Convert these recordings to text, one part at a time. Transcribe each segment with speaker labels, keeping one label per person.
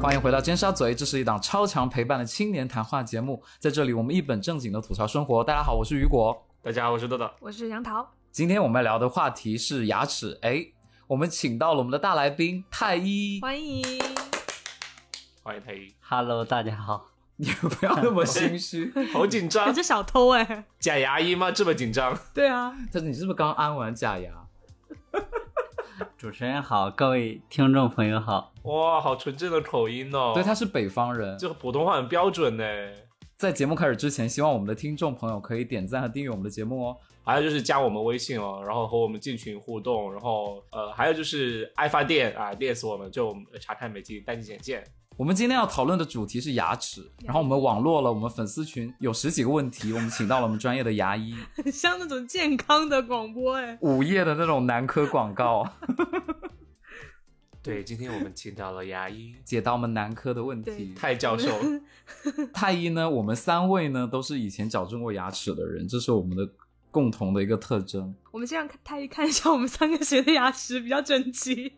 Speaker 1: 欢迎回到尖沙咀，这是一档超强陪伴的青年谈话节目，在这里我们一本正经的吐槽生活。大家好，我是雨果。
Speaker 2: 大家好，我是豆豆。
Speaker 3: 我是杨桃。
Speaker 1: 今天我们聊的话题是牙齿。哎，我们请到了我们的大来宾太医。
Speaker 3: 欢 迎。
Speaker 2: 欢迎太医，
Speaker 4: Hello，大家好。
Speaker 1: 你不要那么心虚。
Speaker 2: 好紧
Speaker 3: 可
Speaker 2: 张，
Speaker 3: 是小偷哎、
Speaker 2: 假牙医吗？这么紧张？
Speaker 3: 对啊，
Speaker 1: 但是你是不是刚安完假牙？
Speaker 4: 主持人好，各位听众朋友好。
Speaker 2: 哇，好纯正的口音哦。
Speaker 1: 对，他是北方人。
Speaker 2: 这个普通话很标准呢。
Speaker 1: 在节目开始之前，希望我们的听众朋友可以点赞和订阅我们的节目哦。
Speaker 2: 还有就是加我们微信哦，然后和我们进群互动，然后呃，还有就是爱发电啊，电死我们，就我们查看每期单集简介。
Speaker 1: 我们今天要讨论的主题是牙齿，
Speaker 3: 齿
Speaker 1: 然后我们网络了，我们粉丝群有十几个问题，我们请到了我们专业的牙医，
Speaker 3: 很像那种健康的广播哎、
Speaker 1: 午夜的那种男科广告，
Speaker 2: 对，今天我们请到了牙医
Speaker 1: 解答我们男科的问题
Speaker 3: 对。
Speaker 2: 泰教 授，
Speaker 1: 太医呢，我们三位呢都是以前矫正过牙齿的人，这是我们的共同的一个特征。
Speaker 3: 我们先让太医看一下我们三个谁的牙齿比较整齐。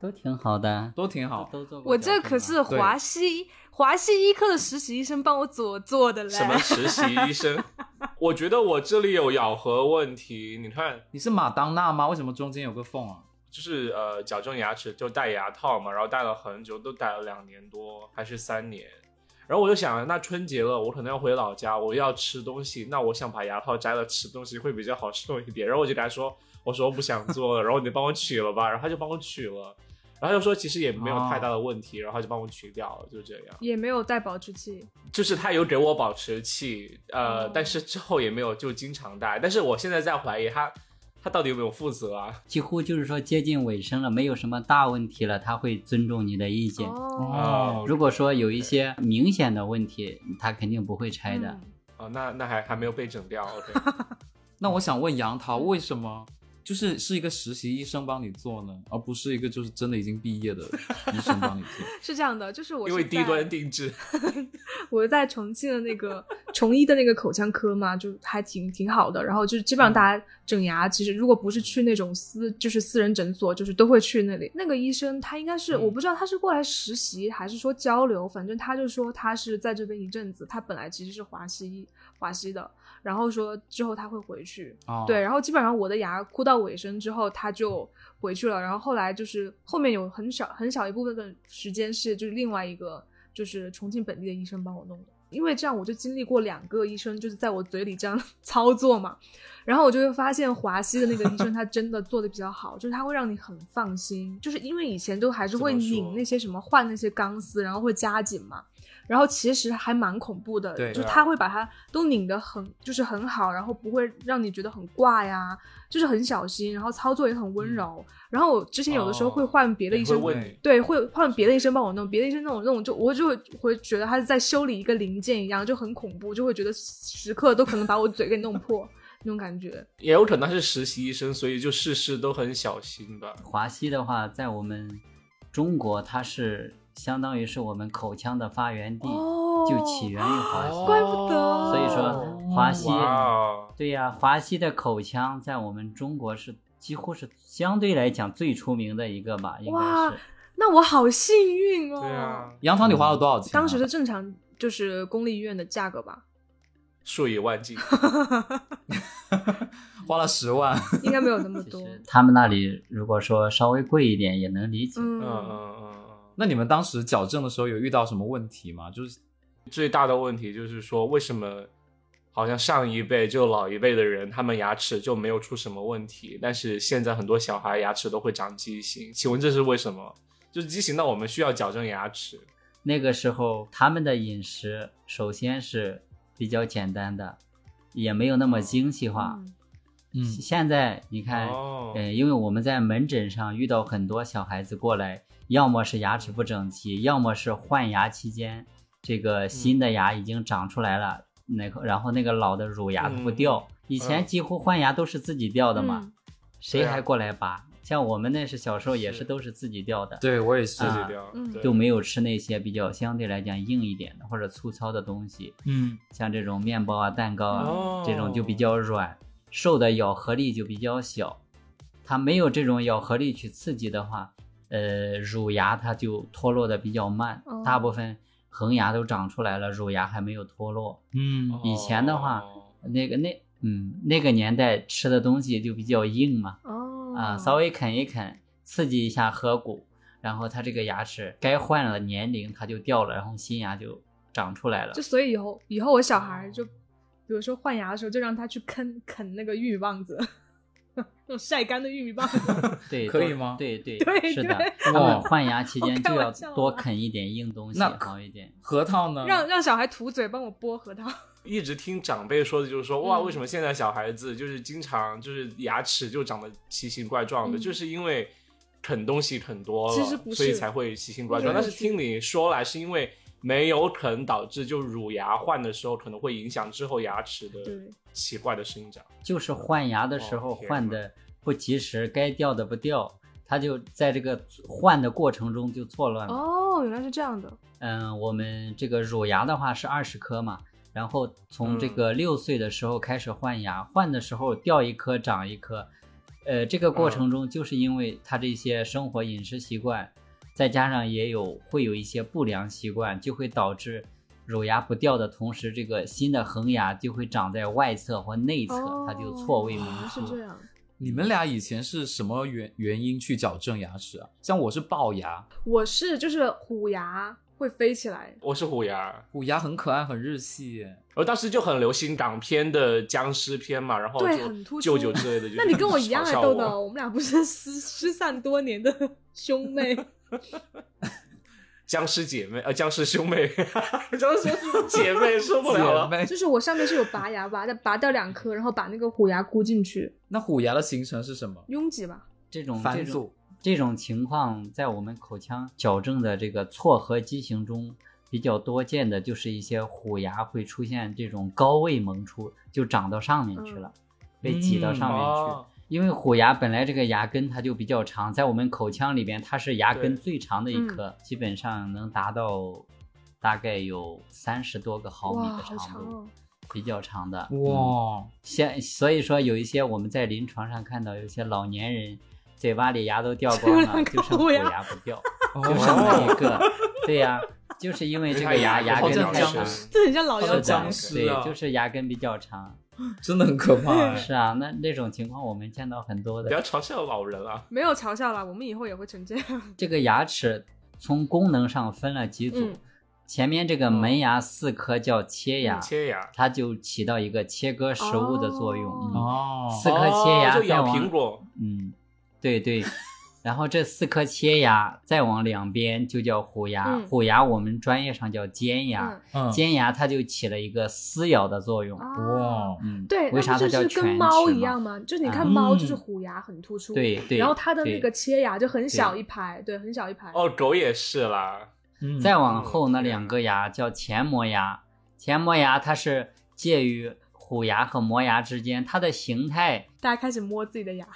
Speaker 4: 都挺好的，
Speaker 1: 都挺好。
Speaker 4: 都做过啊
Speaker 3: 我这
Speaker 4: 矫正
Speaker 3: 可
Speaker 4: 吗
Speaker 3: 是华西华西医科的实习医生帮我左做的嘞。
Speaker 2: 什么实习医 生？我觉得我这里有咬合问题，你看，
Speaker 1: 你是马当娜吗？为什么中间有个缝啊？
Speaker 2: 就是呃，矫正牙齿就戴牙套嘛，然后戴了很久，都戴了两年多还是三年。然后我就想，那春节了，我可能要回老家，我要吃东西，那我想把牙套摘了吃东西会比较好受一点。然后我就跟他说，我说我不想做了，然后你帮我取了吧。然后他就帮我取了，然后他就说其实也没有太大的问题，然后他就帮我取掉了，就这样。
Speaker 3: 也没有带保质期，
Speaker 2: 就是他有给我保持器，呃，
Speaker 3: 哦
Speaker 2: 但是之后也没有就经常戴。但是我现在在怀疑他，他到底有没有负责啊？
Speaker 4: 几乎就是说接近尾声了，没有什么大问题了，他会尊重你的意见。
Speaker 3: 哦，
Speaker 1: 哦
Speaker 4: 如果说有一些明显的问题，他肯定不会拆的。
Speaker 3: 嗯
Speaker 2: 哦，那那还还没有被整掉，OK。
Speaker 1: 那我想问杨桃，为什么就是是一个实习医生帮你做呢，而不是一个就是真的已经毕业的医生帮你做？
Speaker 3: 是这样的，就是我是
Speaker 2: 因为低
Speaker 3: 在
Speaker 2: 端定制，
Speaker 3: 我在重庆的那个重医的那个口腔科嘛，就还挺挺好的。然后就是基本上大家整牙，其实如果不是去那种私就是私人诊所，就是都会去那里。那个医生他应该是、
Speaker 2: 嗯
Speaker 3: 我不知道他是过来实习还是说交流，反正他就说他是在这边一阵子，他本来其实是华西华西的，然后说之后他会回去，
Speaker 1: 哦，
Speaker 3: 对，，然后基本上我的牙哭到尾声之后，他就回去了。然后后来就是后面有很少很小一部分的时间是就是另外一个就是重庆本地的医生帮我弄的，因为这样我就经历过两个医生就是在我嘴里这样 操作嘛，然后我就会发现华西的那个医生他真的做的比较好，就是他会让你很放心，就是因为以前都还是
Speaker 2: 怎
Speaker 3: 会
Speaker 2: 么
Speaker 3: 拧
Speaker 2: 说
Speaker 3: 那些什么换那些钢丝，然后会加紧嘛。然后其实还蛮恐怖的，
Speaker 1: 对
Speaker 3: 就
Speaker 2: 对啊
Speaker 3: 他会把它都拧得很，就是很好，然后不会让你觉得很挂呀，就是很小心，然后操作也很
Speaker 4: 嗯
Speaker 3: 温柔。然后我之前有的时候会
Speaker 2: 哦
Speaker 3: 换别的医
Speaker 2: 你会
Speaker 3: 生，
Speaker 2: 问你，
Speaker 3: 对，会换别的医生帮我弄，别的医生那种那种就我就会会觉得他是在修理一个零件一样，就很恐怖，就会觉得时刻都可能把我嘴给弄破那种感觉。
Speaker 2: 也有可能他是实习医生，所以就事事都很小心吧。
Speaker 4: 华西的话，在我们中国，它是相当于是我们口腔的发源 地，
Speaker 3: 哦
Speaker 4: 就起源于华西。
Speaker 3: 怪不得
Speaker 4: 哦所以
Speaker 1: 哦
Speaker 4: 说，华西，
Speaker 2: 哇哦，
Speaker 4: 对呀、华西的口腔在我们中国是几乎是相对来讲最出名的一个吧，应该
Speaker 3: 哇
Speaker 4: 是。
Speaker 3: 那我好幸运哦！
Speaker 2: 对啊，
Speaker 1: 杨桃，你花了多少钱啊、
Speaker 3: 当时的正常就是公立医院的价格吧，
Speaker 2: 数以万 计，
Speaker 1: 花了十万，
Speaker 3: 应该没有那么
Speaker 4: 其
Speaker 3: 多。嗯
Speaker 4: 实他们那里如果说稍微贵一点也能理解。
Speaker 2: 嗯嗯
Speaker 3: 嗯，
Speaker 2: 嗯
Speaker 1: 那你们当时矫正的时候有遇到什么问题吗？就是
Speaker 2: 嗯。最大的问题就是说，为什么好像上一辈就老一辈的人，他们牙齿就没有出什么问题，但是现在很多小孩牙齿都会长畸形，请问这是为什么？就是畸形，那我们需要矫正牙齿。
Speaker 4: 那个时候他们的饮食首先是比较简单的，也没有那么精细化。
Speaker 3: 嗯
Speaker 1: 嗯
Speaker 4: 现在你看，
Speaker 2: 哦，
Speaker 4: 呃，因为我们在门诊上遇到很多小孩子过来，要么是牙齿不整齐，要么是换牙期间这个
Speaker 2: 嗯
Speaker 4: 新的牙已经长出来了，那个然后那个老的乳牙
Speaker 2: 嗯
Speaker 4: 不掉。以前几乎换牙都是自己掉的嘛，
Speaker 3: 嗯
Speaker 4: 谁
Speaker 2: 对啊
Speaker 4: 还过来拔？像我们那是小时候也
Speaker 2: 是
Speaker 4: 是都是自己掉的，
Speaker 1: 对我也是，
Speaker 2: 自己
Speaker 4: 啊
Speaker 2: 掉，
Speaker 3: 嗯
Speaker 2: 对
Speaker 4: 就没有吃那些比较相对来讲硬一点的或者粗糙的东西，
Speaker 1: 嗯，
Speaker 4: 像这种面包啊、蛋糕啊，
Speaker 2: 哦
Speaker 4: 这种就比较软，受的咬合力就比较小。它没有这种咬合力去刺激的话，呃，乳牙它就脱落的比较慢，
Speaker 3: 哦
Speaker 4: 大部分恒牙都长出来了，乳牙还没有脱落。
Speaker 1: 嗯
Speaker 4: 以前的话
Speaker 2: 哦
Speaker 4: 那个那嗯，那个年代吃的东西就比较硬嘛，
Speaker 3: 哦
Speaker 4: 啊，稍微啃一啃，刺激一下颌骨，然后它这个牙齿该换了年龄它就掉了，然后新牙就长出来了
Speaker 3: 就。所以以后以后我小孩
Speaker 4: 哦
Speaker 3: 就，比如说换牙的时候，就让他去啃啃那个玉米棒子， 那种晒干的玉米棒 子。
Speaker 4: 对，
Speaker 1: 可以
Speaker 4: 都
Speaker 1: 吗
Speaker 4: 对对
Speaker 3: 对
Speaker 4: 是的
Speaker 3: 对，
Speaker 4: 他
Speaker 1: 哇
Speaker 4: 们换牙期间
Speaker 3: 我开
Speaker 4: 就
Speaker 3: 玩
Speaker 4: 要
Speaker 3: 笑
Speaker 4: 多
Speaker 3: 啊
Speaker 4: 啃一点硬东西
Speaker 1: 那可
Speaker 4: 好一点。
Speaker 1: 核桃呢？
Speaker 3: 让让小孩吐嘴，帮我剥核桃。
Speaker 2: 一直听长辈说的，就是说哇，
Speaker 3: 嗯
Speaker 2: 为什么现在小孩子就是经常就是牙齿就长得奇形怪状的，
Speaker 3: 嗯
Speaker 2: 就是因为啃东西啃多了，
Speaker 3: 其实不是
Speaker 2: 所以才会奇形怪状。
Speaker 3: 不
Speaker 2: 但
Speaker 3: 是
Speaker 2: 是听你说来，是因为没有啃导致就乳牙换的时候可能会影响之后牙齿的
Speaker 3: 对，
Speaker 2: 奇怪的生长。
Speaker 4: 就是换牙的时候
Speaker 2: 哦天
Speaker 4: 换的不及时，该掉的不掉，它就在这个换的过程中就错乱了。
Speaker 3: 哦，原来是这样的。
Speaker 4: 嗯，我们这个乳牙的话是二十颗嘛，然后从这
Speaker 2: 嗯
Speaker 4: 个六岁的时候开始换牙，换的时候掉一颗长一颗，呃，这个过
Speaker 2: 嗯
Speaker 4: 程中就是因为他这些生活饮食习惯，再加上也有会有一些不良习惯，就会导致乳牙不掉的同时，这个新的恒牙就会长在外侧或内侧，
Speaker 3: 哦，
Speaker 4: 它就错位
Speaker 3: 原
Speaker 4: 萌
Speaker 3: 来是
Speaker 4: 出。
Speaker 3: 这样。
Speaker 1: 你们俩以前是什么原原因去矫正牙齿啊？像我是龅牙，
Speaker 3: 我是就是虎牙会飞起来，
Speaker 2: 我是虎牙，
Speaker 1: 虎牙很可爱，很日系耶。
Speaker 2: 我当时就很流行港片的僵尸片嘛，然后
Speaker 3: 对
Speaker 2: 就
Speaker 3: 很突出
Speaker 2: 舅舅之类的就嘲笑我。
Speaker 3: 那你跟我一样啊，豆豆，我们俩不是失失散多年的兄妹？
Speaker 2: 僵尸姐妹呃，僵尸兄妹，僵尸姐妹受不 了了。
Speaker 1: 姐妹，
Speaker 3: 就是我上面是有拔牙，拔的拔掉两颗，然后把那个虎牙箍进去，
Speaker 1: 那虎牙的形成是什么？
Speaker 3: 拥挤 吧。
Speaker 4: 这种这
Speaker 1: 反
Speaker 4: 种
Speaker 1: 祖。
Speaker 4: 这种情况在我们口腔矫正的这个错颌畸形中比较多见的，就是一些虎牙会出现这种高位萌出，就长到上面去了，被挤到上面去。
Speaker 2: 哦
Speaker 4: 因为虎牙本来这个牙根它就比较长，在我们口腔里边，它是牙根
Speaker 2: 对
Speaker 4: 最长
Speaker 3: 嗯
Speaker 4: 的一颗，基本上能达到大概有三十多个毫米
Speaker 3: 哇，
Speaker 4: 的
Speaker 3: 好
Speaker 4: 长
Speaker 3: 长
Speaker 4: 度，
Speaker 3: 哦！
Speaker 4: 比较长的。嗯
Speaker 1: 哇，
Speaker 4: 像所以说有一些我们在临床上看到有一些老年人嘴巴里牙都掉光
Speaker 3: 就
Speaker 4: 了，
Speaker 3: 两个
Speaker 4: 就剩
Speaker 3: 虎
Speaker 4: 虎
Speaker 3: 牙
Speaker 4: 牙不 掉， 就剩
Speaker 1: 哦，
Speaker 4: 了一个。对呀、就是因为这
Speaker 2: 哎
Speaker 4: 个牙牙
Speaker 1: 哎好
Speaker 4: 根
Speaker 1: 像
Speaker 4: 太
Speaker 1: 僵
Speaker 4: 长，
Speaker 1: 尸
Speaker 2: 啊
Speaker 3: 这很像老
Speaker 1: 好
Speaker 3: 妖
Speaker 1: 像
Speaker 3: 怪
Speaker 1: 僵
Speaker 4: 长，
Speaker 1: 尸啊
Speaker 4: 对，就是牙根比较长。
Speaker 1: 真的很可怕哎。
Speaker 4: 是啊，那那种情况我们见到很多
Speaker 2: 不
Speaker 4: 的。
Speaker 2: 要嘲笑老人啊！
Speaker 3: 没有嘲笑了，我们以后也会成这样。
Speaker 4: 这个牙齿从功能上分了几组
Speaker 3: 嗯，
Speaker 4: 前面这个门牙四颗叫切牙，
Speaker 2: 嗯切牙，
Speaker 4: 它就起到一个切割食物的作用。
Speaker 3: 哦
Speaker 4: 嗯
Speaker 1: 哦
Speaker 4: 四颗切牙
Speaker 2: 哦就
Speaker 4: 再
Speaker 2: 咬
Speaker 4: 往
Speaker 2: 苹果，
Speaker 4: 嗯，对对。然后这四颗切牙再往两边就叫虎牙，
Speaker 3: 嗯
Speaker 4: 虎牙我们专业上叫尖牙
Speaker 3: 嗯，
Speaker 1: 嗯
Speaker 4: 尖牙它就起了一个撕咬的作用。
Speaker 3: 啊，
Speaker 1: 哇，
Speaker 4: 嗯，
Speaker 3: 对，
Speaker 4: 为啥它
Speaker 3: 那
Speaker 4: 叫
Speaker 3: 不就是
Speaker 4: 犬齿
Speaker 3: 跟猫
Speaker 4: 嘛
Speaker 3: 一样吗？就是你看
Speaker 4: 嗯
Speaker 3: 猫，就是虎牙很突出，
Speaker 4: 对对。
Speaker 3: 然后它的
Speaker 4: 对
Speaker 3: 那个切牙就很小一排，对，很小一排。
Speaker 2: 哦，狗也是啦。
Speaker 1: 嗯
Speaker 4: 再往后那
Speaker 2: 嗯
Speaker 4: 两个牙叫前磨牙，前磨牙它是介于虎牙和磨牙之间，它的形态
Speaker 3: 大家开始摸自己的牙，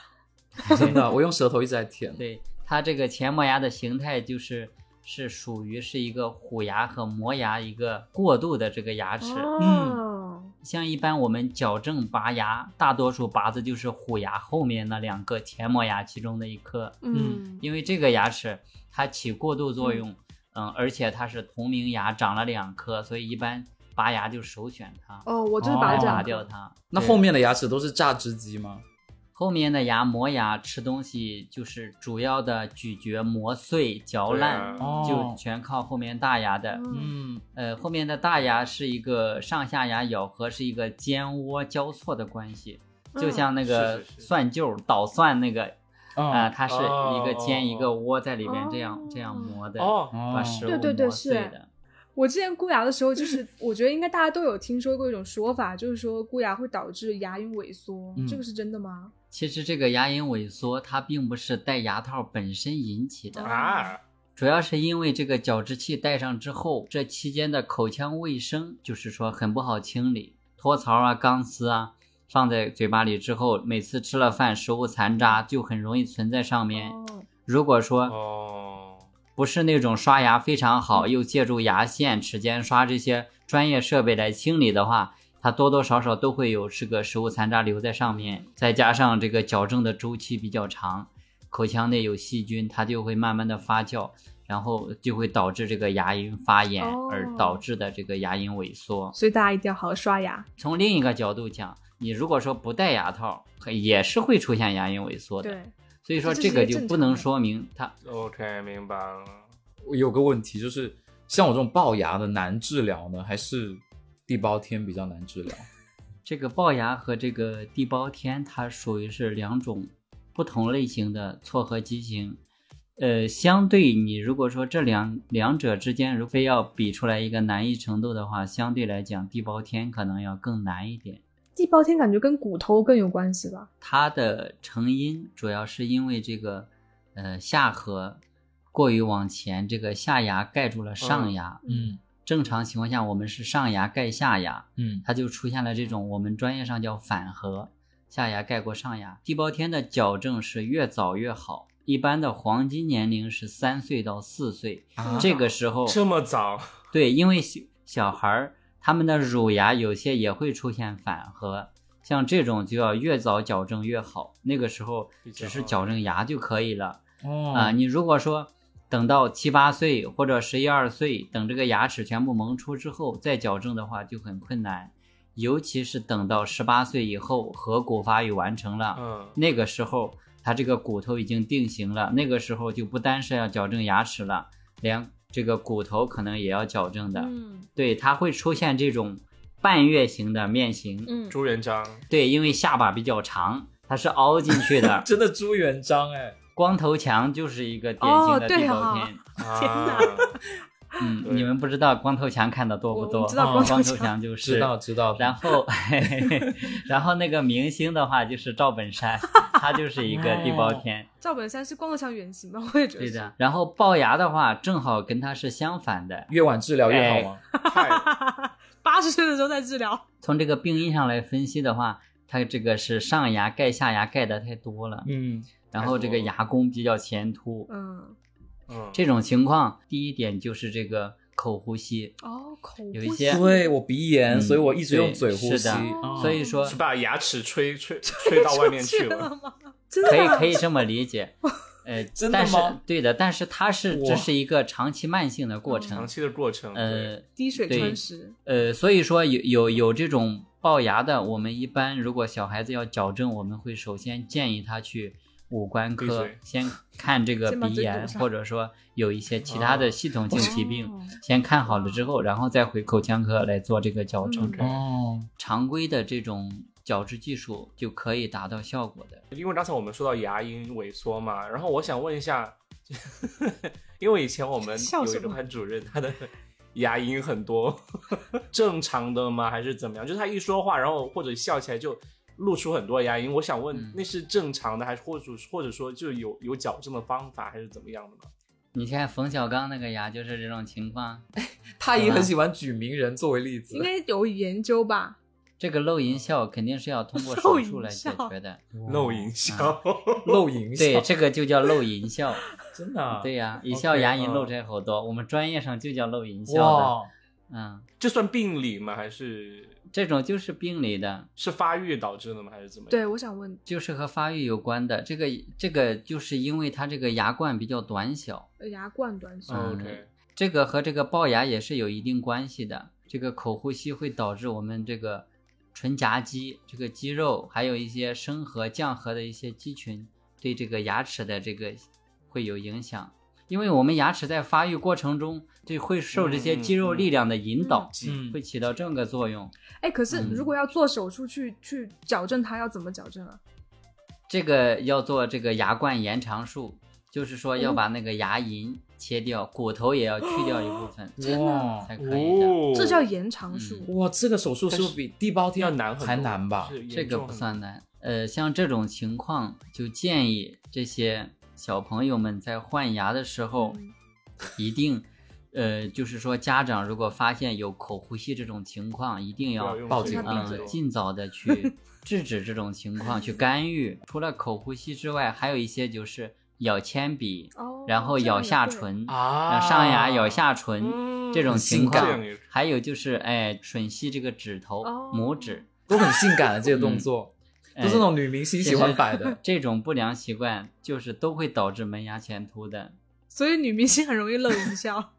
Speaker 1: 真的，我用舌头一直在舔。
Speaker 4: 对它这个前磨牙的形态就是是属于是一个虎牙和磨牙一个过渡的这个牙齿。
Speaker 3: 哦，
Speaker 4: 像一般我们矫正拔牙，大多数拔的就是虎牙后面那两个前磨牙其中的一颗，
Speaker 3: 嗯，
Speaker 4: 因为这个牙齿它起过渡作用，嗯而且它是同名牙长了两颗，所以一般拔牙就首选它，
Speaker 3: 哦，我就是拔
Speaker 4: 来
Speaker 3: 了这
Speaker 4: 拔
Speaker 3: 两
Speaker 4: 掉
Speaker 3: 个，
Speaker 4: 它。
Speaker 1: 那
Speaker 4: 对
Speaker 1: 后面的牙齿都是榨汁机吗？
Speaker 4: 后面的牙磨牙吃东西就是主要的咀嚼、磨碎、嚼烂，
Speaker 2: 对
Speaker 1: 啊哦
Speaker 4: 就全靠后面大牙的。
Speaker 3: 嗯，
Speaker 1: 嗯，
Speaker 4: 呃，后面的大牙是一个上下牙咬合是一个尖窝交错的关系，
Speaker 3: 嗯
Speaker 4: 就像那个
Speaker 2: 是是是
Speaker 4: 蒜臼捣蒜那个啊、
Speaker 1: 啊，
Speaker 4: 它是一个
Speaker 2: 哦
Speaker 4: 尖一个窝在里边
Speaker 3: 哦
Speaker 4: 这样这样磨的，
Speaker 2: 哦，
Speaker 1: 哦
Speaker 4: 把食物
Speaker 3: 对对对
Speaker 4: 磨
Speaker 3: 是
Speaker 4: 碎的。
Speaker 3: 我之前箍牙的时 候，就是我觉得应该大家都有听说过一种说法，就是说箍牙会导致牙龈萎缩
Speaker 1: 嗯，
Speaker 3: 这个是真的吗？
Speaker 4: 其实这个牙龈萎缩，它并不是戴牙套本身引起的，
Speaker 2: 啊，
Speaker 4: 主要是因为这个矫治器戴上之后，这期间的口腔卫生就是说很不好清理，托槽啊、钢丝啊放在嘴巴里之后，每次吃了饭，食物残渣就很容易存在上面。
Speaker 3: 哦，
Speaker 4: 如果说
Speaker 2: 哦，
Speaker 4: 不是那种刷牙非常
Speaker 3: 嗯
Speaker 4: 好，又借助牙线、齿间刷这些专业设备来清理的话，它多多少少都会有这个食物残渣留在上面，再加上这个矫正的周期比较长，口腔内有细菌，它就会慢慢的发酵，然后就会导致这个牙龈发炎，
Speaker 3: 哦
Speaker 4: 而导致的这个牙龈萎缩。
Speaker 3: 所以大家一定要好好刷牙。
Speaker 4: 从另一个角度讲，你如果说不戴牙套，也是会出现牙龈萎缩的。
Speaker 3: 对，
Speaker 4: 所以说
Speaker 3: 这
Speaker 4: 这
Speaker 3: 是
Speaker 4: 个
Speaker 3: 一个
Speaker 4: 就
Speaker 3: 正
Speaker 4: 不
Speaker 3: 常
Speaker 4: 能
Speaker 3: 的
Speaker 4: 说明它
Speaker 2: OK，明白了。
Speaker 1: 我有个问题就是，像我这种龅牙的难治疗呢，还是地包天比较难治疗？
Speaker 4: 这个龅牙和这个地包天，它属于是两种不同类型的错颌畸形。呃，相对你如果说这两两者之间，如非要比出来一个难易程度的话，相对来讲地包天可能要更难一点。
Speaker 3: 地包天感觉跟骨头更有关系吧？
Speaker 4: 它的成因主要是因为这个呃下颌过于往前，这个下牙盖住了上牙。
Speaker 1: 嗯
Speaker 4: 正常情况下，我们是上牙盖下牙，
Speaker 1: 嗯
Speaker 4: 它就出现了这种我们专业上叫反颌，下牙盖过上牙。地包天的矫正是越早越好，一般的黄金年龄是三岁到四岁，
Speaker 1: 啊
Speaker 4: 这个时候
Speaker 2: 这么早？
Speaker 4: 对，因为小小孩儿他们的乳牙有些也会出现反颌，像这种就要越早矫正越好，那个时候
Speaker 2: 比较
Speaker 4: 只是
Speaker 2: 好
Speaker 4: 矫正牙就可以了。
Speaker 1: 哦
Speaker 4: 啊、你如果说等到七八岁或者十一二岁，等这个牙齿全部萌出之后再矫正的话就很困难，尤其是等到十八岁以后，颌骨发育完成了，
Speaker 2: 嗯，
Speaker 4: 那个时候它这个骨头已经定型了，那个时候就不单是要矫正牙齿了，连这个骨头可能也要矫正的。
Speaker 3: 嗯
Speaker 4: 对，它会出现这种半月形的面型。
Speaker 3: 嗯，
Speaker 2: 朱元 璋
Speaker 4: 对，因为下巴比较长，它是凹进去
Speaker 1: 。
Speaker 4: 的
Speaker 1: 真的朱元璋哎，
Speaker 4: 光头强就是一个典型
Speaker 3: 哦
Speaker 4: 的
Speaker 3: 对
Speaker 4: 地
Speaker 3: 哈
Speaker 4: 包天。
Speaker 2: 啊，
Speaker 4: 嗯
Speaker 2: 对，
Speaker 4: 你们不知道光头强看的多不
Speaker 3: 我
Speaker 4: 多？
Speaker 3: 我知道
Speaker 4: 嗯
Speaker 3: 光
Speaker 4: 光
Speaker 3: 头
Speaker 4: 头
Speaker 3: 强
Speaker 4: 强就是。
Speaker 1: 知道知道。
Speaker 4: 然后， 然后那个明星的话就是赵本 山，他就是一个地包天，
Speaker 3: 赵本山是光头强原型吧？我也觉得
Speaker 4: 对
Speaker 3: 是。
Speaker 4: 的。然后龅牙的话，正好跟他是相反的。
Speaker 1: 越晚治疗越
Speaker 4: 哎
Speaker 1: 好吗？
Speaker 2: 太
Speaker 3: 八十岁的时候再治疗，
Speaker 4: 从这个病因上来分析的话，他这个是上牙盖下牙盖的太多了，
Speaker 1: 嗯，
Speaker 4: 然后这个牙弓比较前凸。
Speaker 3: 嗯，
Speaker 2: 嗯，
Speaker 4: 这种情况，第一点就是这个口呼吸，
Speaker 3: 哦，口
Speaker 4: 有
Speaker 3: 呼吸
Speaker 4: 一些
Speaker 1: 对我鼻炎，
Speaker 4: 嗯
Speaker 1: 所以我一直用
Speaker 4: 对
Speaker 1: 嘴呼
Speaker 4: 是
Speaker 1: 吸
Speaker 4: 的。
Speaker 1: 哦
Speaker 4: 所以说
Speaker 2: 是把牙齿吹吹吹到外面去
Speaker 3: 了
Speaker 2: 了。
Speaker 3: 吗？真的
Speaker 4: 可以
Speaker 3: 啊
Speaker 4: 可以这么理解。呃，
Speaker 1: 真的
Speaker 4: 但是
Speaker 1: 吗
Speaker 4: 对的，但是它是
Speaker 1: 哇
Speaker 4: 这是一个长期慢性的过
Speaker 2: 长
Speaker 4: 程，
Speaker 2: 期的过程，对
Speaker 4: 呃
Speaker 3: 滴水
Speaker 4: 对
Speaker 3: 穿石，
Speaker 4: 呃，所以说有有有这种龅牙的，我们一般如果小孩子要矫正，我们会首先建议他去五官
Speaker 2: 闭
Speaker 4: 科
Speaker 2: 嘴
Speaker 4: 先看这个
Speaker 3: 先把
Speaker 4: 鼻
Speaker 3: 嘴堵
Speaker 4: 炎，
Speaker 3: 上
Speaker 4: 或者说有一些其他
Speaker 2: 哦
Speaker 4: 的系统性疾病，
Speaker 3: 哦
Speaker 4: 先看好了之后，然后再回口腔科来做这个矫正。
Speaker 3: 嗯
Speaker 1: 哦，
Speaker 4: 常规的这种矫治技术就可以达到效果的。
Speaker 2: 因为刚才我们说到牙龈萎缩嘛，然后我想问一下， 因为以前我们
Speaker 3: 笑
Speaker 2: 有
Speaker 3: 什
Speaker 2: 一
Speaker 3: 么
Speaker 2: 个班主任，他的牙龈很多， 正常的吗？还是怎么样？就是他一说话，然后或者笑起来就露出很多牙龈。我想问，
Speaker 4: 嗯
Speaker 2: 那是正常的，还是或者或者说就有有矫正的方法，还是怎么样的呢？
Speaker 4: 你看冯小刚那个牙就是这种情况，
Speaker 1: 他也很喜欢举名人作为例子
Speaker 3: 应。该有研究吧？
Speaker 4: 这个漏龈笑肯定是要通过手术来解决的。
Speaker 2: 露
Speaker 4: 啊
Speaker 2: 龈 笑，
Speaker 1: 露营
Speaker 4: 对，
Speaker 1: 笑，
Speaker 4: 这个就叫漏龈笑。
Speaker 1: 真的 啊
Speaker 4: 对呀、一
Speaker 1: OK，
Speaker 4: 笑牙龈
Speaker 2: 嗯
Speaker 4: 露出来好多，我们专业上就叫漏龈笑
Speaker 1: 哇，
Speaker 4: 的。嗯，
Speaker 2: 这算病理吗？还是
Speaker 4: 这种就是病理的，
Speaker 2: 是发育导致的吗？还是怎么样？
Speaker 3: 对，我想问，
Speaker 4: 就是和发育有关的。这个这个就是因为它这个牙冠比较短小，
Speaker 3: 呃牙冠短小，
Speaker 2: 嗯
Speaker 4: 嗯
Speaker 2: ，OK，
Speaker 4: 这个和这个龅牙也是有一定关系的。这个口呼吸会导致我们这个唇颊肌、这个肌肉，还有一些升颌、降颌的一些肌群，对这个牙齿的这个会有影响。因为我们牙齿在发育过程中，就会受这些
Speaker 2: 嗯
Speaker 4: 肌肉
Speaker 2: 嗯
Speaker 4: 力量的引导，
Speaker 1: 嗯
Speaker 4: 会起到这么个作用。
Speaker 3: 哎，可是
Speaker 4: 嗯
Speaker 3: 如果要做手术去去矫正它，要怎么矫正啊？
Speaker 4: 这个要做这个牙冠延长术，就是说
Speaker 2: 嗯
Speaker 4: 要把那个牙龈切掉，骨头也要去掉一部分
Speaker 1: 哇
Speaker 4: 才可以的。
Speaker 2: 哦，
Speaker 3: 这叫延长术。
Speaker 4: 嗯
Speaker 1: 哇，这个手术是不是比地包天
Speaker 2: 要难很多
Speaker 1: 还难吧？
Speaker 2: 是
Speaker 4: 这
Speaker 2: 严
Speaker 4: 个
Speaker 2: 重
Speaker 4: 不
Speaker 2: 很
Speaker 4: 算难。呃，像这种情况，就建议这些小朋友们在换牙的时候，
Speaker 3: 嗯
Speaker 4: 一定，呃，就是说家长如果发现有口呼吸这种情况，一定要
Speaker 1: 报
Speaker 2: 这
Speaker 1: 警
Speaker 2: 个
Speaker 3: 他
Speaker 2: 动
Speaker 3: 闭
Speaker 2: 作
Speaker 3: 嘴
Speaker 4: 嗯，尽早的 去制止这种情况，去干预。除了口呼吸之外，还有一些就是咬铅笔，
Speaker 3: 哦，
Speaker 4: 然后
Speaker 3: 这
Speaker 4: 咬
Speaker 3: 样也
Speaker 4: 下
Speaker 3: 对，
Speaker 4: 唇，
Speaker 2: 啊
Speaker 4: 让上牙咬下唇、
Speaker 2: 嗯
Speaker 4: 这种
Speaker 1: 很
Speaker 4: 情
Speaker 1: 性感
Speaker 4: 况
Speaker 2: 这样也是。
Speaker 4: 还有就是，哎，吮吸这个指头、
Speaker 3: 哦
Speaker 4: 拇指，哎
Speaker 1: 都很性感的这些动作，
Speaker 4: 嗯
Speaker 1: 都是那种女明星喜欢摆的。
Speaker 4: 这种不良习惯就是都会导致门牙前凸的。
Speaker 3: 所以女明星很容易露营 销，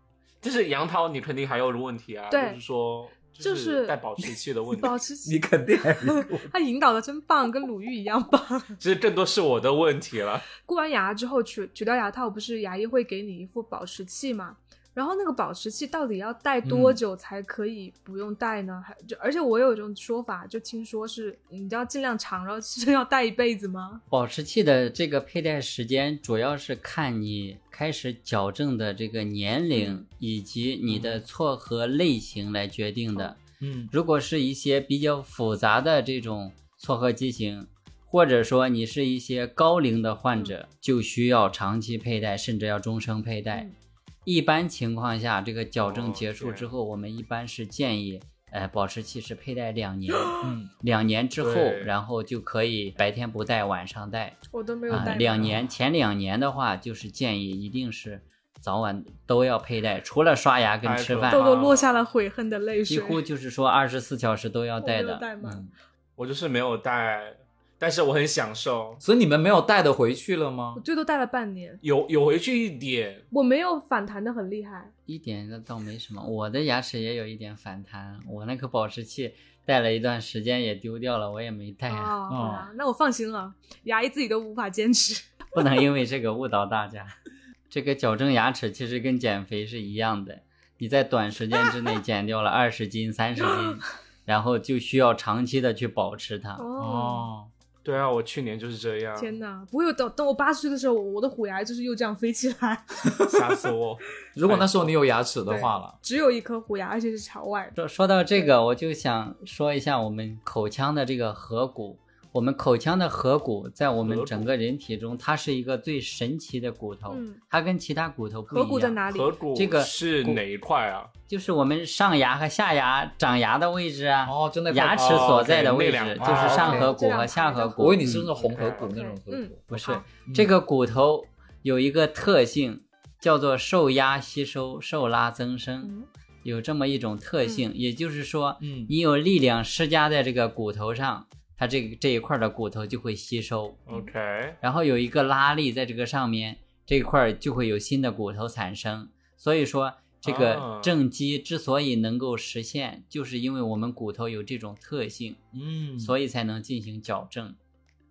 Speaker 2: 就是杨桃，你肯定还有个问题啊，就
Speaker 3: 对
Speaker 2: 是说，
Speaker 3: 就是是
Speaker 2: 带保持器的问题，
Speaker 3: 保持
Speaker 1: 你肯定还
Speaker 3: 他引导的真棒，跟鲁豫一样棒。
Speaker 2: 其实更多是我的问题了。
Speaker 3: 箍完牙之后取取掉牙套，不是牙医会给你一副保持器嘛？然后那个保持器到底要戴多
Speaker 4: 嗯
Speaker 3: 久才可以不用戴呢？还就而且我有一种说法，就听说是你要尽量长，然后是要戴一辈子吗？
Speaker 4: 保持器的这个佩戴时间主要是看你开始矫正的这个年龄以及你的错颌类型来决定的。
Speaker 1: 嗯
Speaker 4: 如果是一些比较复杂的这种错颌畸形，或者说你是一些高龄的患者，就需要长期佩戴，甚至要终生佩戴
Speaker 3: 嗯。
Speaker 4: 一般情况下，这个矫正结
Speaker 2: 哦
Speaker 4: 束
Speaker 2: 这样
Speaker 4: 之后，我们一般是建议，呃，保持器是佩戴两 年，
Speaker 1: 嗯，
Speaker 4: 两年之后
Speaker 2: 对，
Speaker 4: 然后就可以白天不戴，晚上戴。
Speaker 3: 我都没有戴、
Speaker 4: 啊，两年前两年的话，就是建议一定是早晚都要佩戴，除了刷牙跟
Speaker 2: 哎
Speaker 4: 吃
Speaker 2: 对
Speaker 4: 饭
Speaker 3: 豆，豆落下了悔恨的泪水。
Speaker 4: 啊几乎就是说二十四小时都要
Speaker 3: 我
Speaker 4: 戴
Speaker 3: 没
Speaker 4: 的
Speaker 3: 有。戴吗
Speaker 4: 嗯，
Speaker 2: 我就是没有带，但是我很享受。
Speaker 1: 所以你们没有带的回去了吗
Speaker 3: 我？最多戴了半年，
Speaker 2: 有有回去一点，
Speaker 3: 我没有反弹的很厉害。
Speaker 4: 一点那倒没什么，我的牙齿也有一点反弹，我那个保持器戴了一段时间也丢掉了，我也没戴啊，
Speaker 3: 哦，好啦，那我放心了，牙医自己都无法坚持。
Speaker 4: 不能因为这个误导大家。 这个矫正牙齿其实跟减肥是一样的，你在短时间之内 减掉了二十斤、三十 斤，然后就需要长期的去保持它。
Speaker 3: 哦，
Speaker 1: 哦，
Speaker 2: 对啊，我去年就是这样，
Speaker 3: 天哪！不会有等等我八十岁的时候，我的虎牙就是又这样飞起来，
Speaker 2: 吓死我！
Speaker 1: 如果那时候你有牙齿的话了，
Speaker 3: 只有一颗虎牙，而且是朝外的。
Speaker 4: 说说到这个，我就想说一下我们口腔的这个颌骨。我们口腔的颌骨在
Speaker 2: 颌
Speaker 4: 我们
Speaker 2: 骨
Speaker 4: 整个人体中，它是一个最神奇的骨头，
Speaker 3: 嗯
Speaker 4: 它跟其他骨头不一样。
Speaker 3: 颌骨在哪里？
Speaker 2: 颌骨
Speaker 4: 这个
Speaker 2: 是哪一块啊？
Speaker 4: 就是我们上牙和下牙长牙的位置啊，
Speaker 1: 哦，就那块
Speaker 4: 牙齿所在的位置、
Speaker 2: 哦，OK，那两
Speaker 4: 就
Speaker 2: 块
Speaker 4: 是上颌
Speaker 1: 哦
Speaker 4: 骨和下颌骨。
Speaker 1: 我以为你
Speaker 4: 嗯
Speaker 1: 是那种红颌骨
Speaker 2: OK，OK，
Speaker 1: 那种颌骨，啊嗯
Speaker 4: 不是
Speaker 3: 好
Speaker 4: 这个骨头有一个特性，叫做受压吸收、受拉增生，
Speaker 3: 嗯，
Speaker 4: 有这么一种特性。也就是说，
Speaker 1: 嗯
Speaker 4: 你有力量施加在这个骨头上，它这个这一块的骨头就会吸收，
Speaker 3: 嗯
Speaker 2: OK，
Speaker 4: 然后有一个拉力在这个上面，这一块儿就会有新的骨头产生。所以说，这
Speaker 2: 啊
Speaker 4: 个正畸之所以能够实现，就是因为我们骨头有这种特性，
Speaker 1: 嗯，
Speaker 4: 所以才能进行矫正。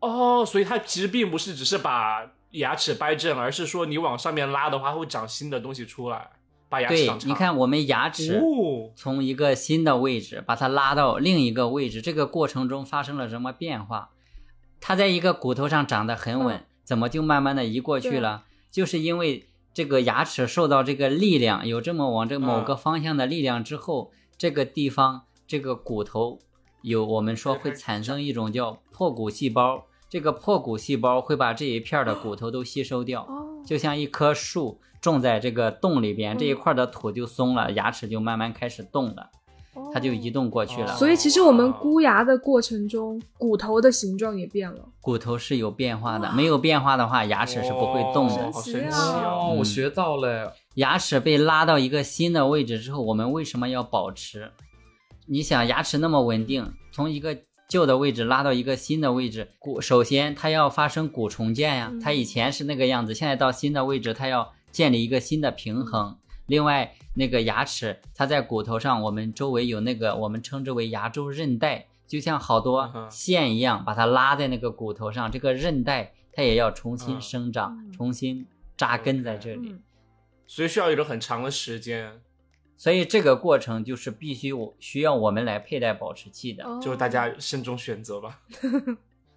Speaker 2: 哦，所以它其实并不是只是把牙齿掰正，而是说你往上面拉的话，它会长新的东西出来，把牙齿
Speaker 4: 对
Speaker 2: 长，长。
Speaker 4: 你看我们牙齿。
Speaker 2: 哦，
Speaker 4: 从一个新的位置把它拉到另一个位置，这个过程中发生了什么变化？它在一个骨头上长得很稳，
Speaker 3: 嗯
Speaker 4: 怎么就慢慢的移过去了？就是因为这个牙齿受到这个力量，有这么往这某个方向的力量之后，这个地方这个骨头有我们说
Speaker 2: 对它
Speaker 4: 会产生一种叫破骨细胞，这个破骨细胞会把这一片儿的骨头都吸收掉。
Speaker 3: 哦，
Speaker 4: 就像一棵树种在这个洞里
Speaker 3: 嗯
Speaker 4: 边，这一块的土就松了，牙齿就慢慢开始动了，它就移。动过去了。
Speaker 2: 哦
Speaker 3: 哦所以其实我们箍牙的过程中，骨头的形状也变了。
Speaker 4: 骨头是有变化的，
Speaker 3: 哇
Speaker 4: 没有变化的话，牙齿是不会动
Speaker 2: 哦
Speaker 4: 的。
Speaker 2: 好
Speaker 3: 神奇
Speaker 2: 神
Speaker 3: 啊
Speaker 2: 奇
Speaker 1: 哦，
Speaker 4: 嗯
Speaker 2: 哦！
Speaker 1: 我学到了，
Speaker 4: 牙齿被拉到一个新的位置之后，我们为什么要保持？你想，牙齿那么稳定，从一个旧的位置拉到一个新的位置，骨首先它要发生骨重建呀、
Speaker 3: 嗯
Speaker 4: 它以前是那个样子，现在到新的位置，它要建立一个新的平
Speaker 3: 嗯
Speaker 4: 衡。另外，那个牙齿它在骨头上，我们周围有那个我们称之为牙周韧带，就像好
Speaker 2: 嗯
Speaker 4: 多
Speaker 2: 哼
Speaker 4: 线一样，把它拉在那个骨头上，这个韧带它也要重新
Speaker 2: 嗯
Speaker 4: 生长，
Speaker 3: 嗯
Speaker 4: 重新扎根在
Speaker 2: OK
Speaker 4: 这里。
Speaker 3: 嗯，
Speaker 2: 所以需要一个很长的时间，
Speaker 4: 所以这个过程就是必须我需要我们来佩戴保持器的。
Speaker 3: 哦
Speaker 2: 就大家慎重选择吧。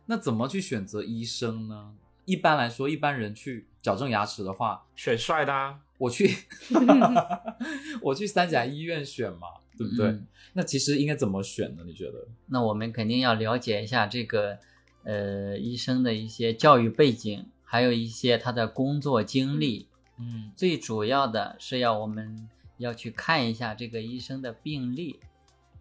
Speaker 1: 那怎么去选择医生呢？一般来说，一般人去矫正牙齿的话，
Speaker 2: 选帅的、啊，
Speaker 1: 我去，我去三甲医院选嘛，对不对？
Speaker 4: 嗯
Speaker 1: 那其实应该怎么选呢？你觉得？
Speaker 4: 那我们肯定要了解一下这个呃医生的一些教育背景，还有一些他的工作经历。
Speaker 1: 嗯，
Speaker 4: 最主要的是要我们要去看一下这个医生的病历。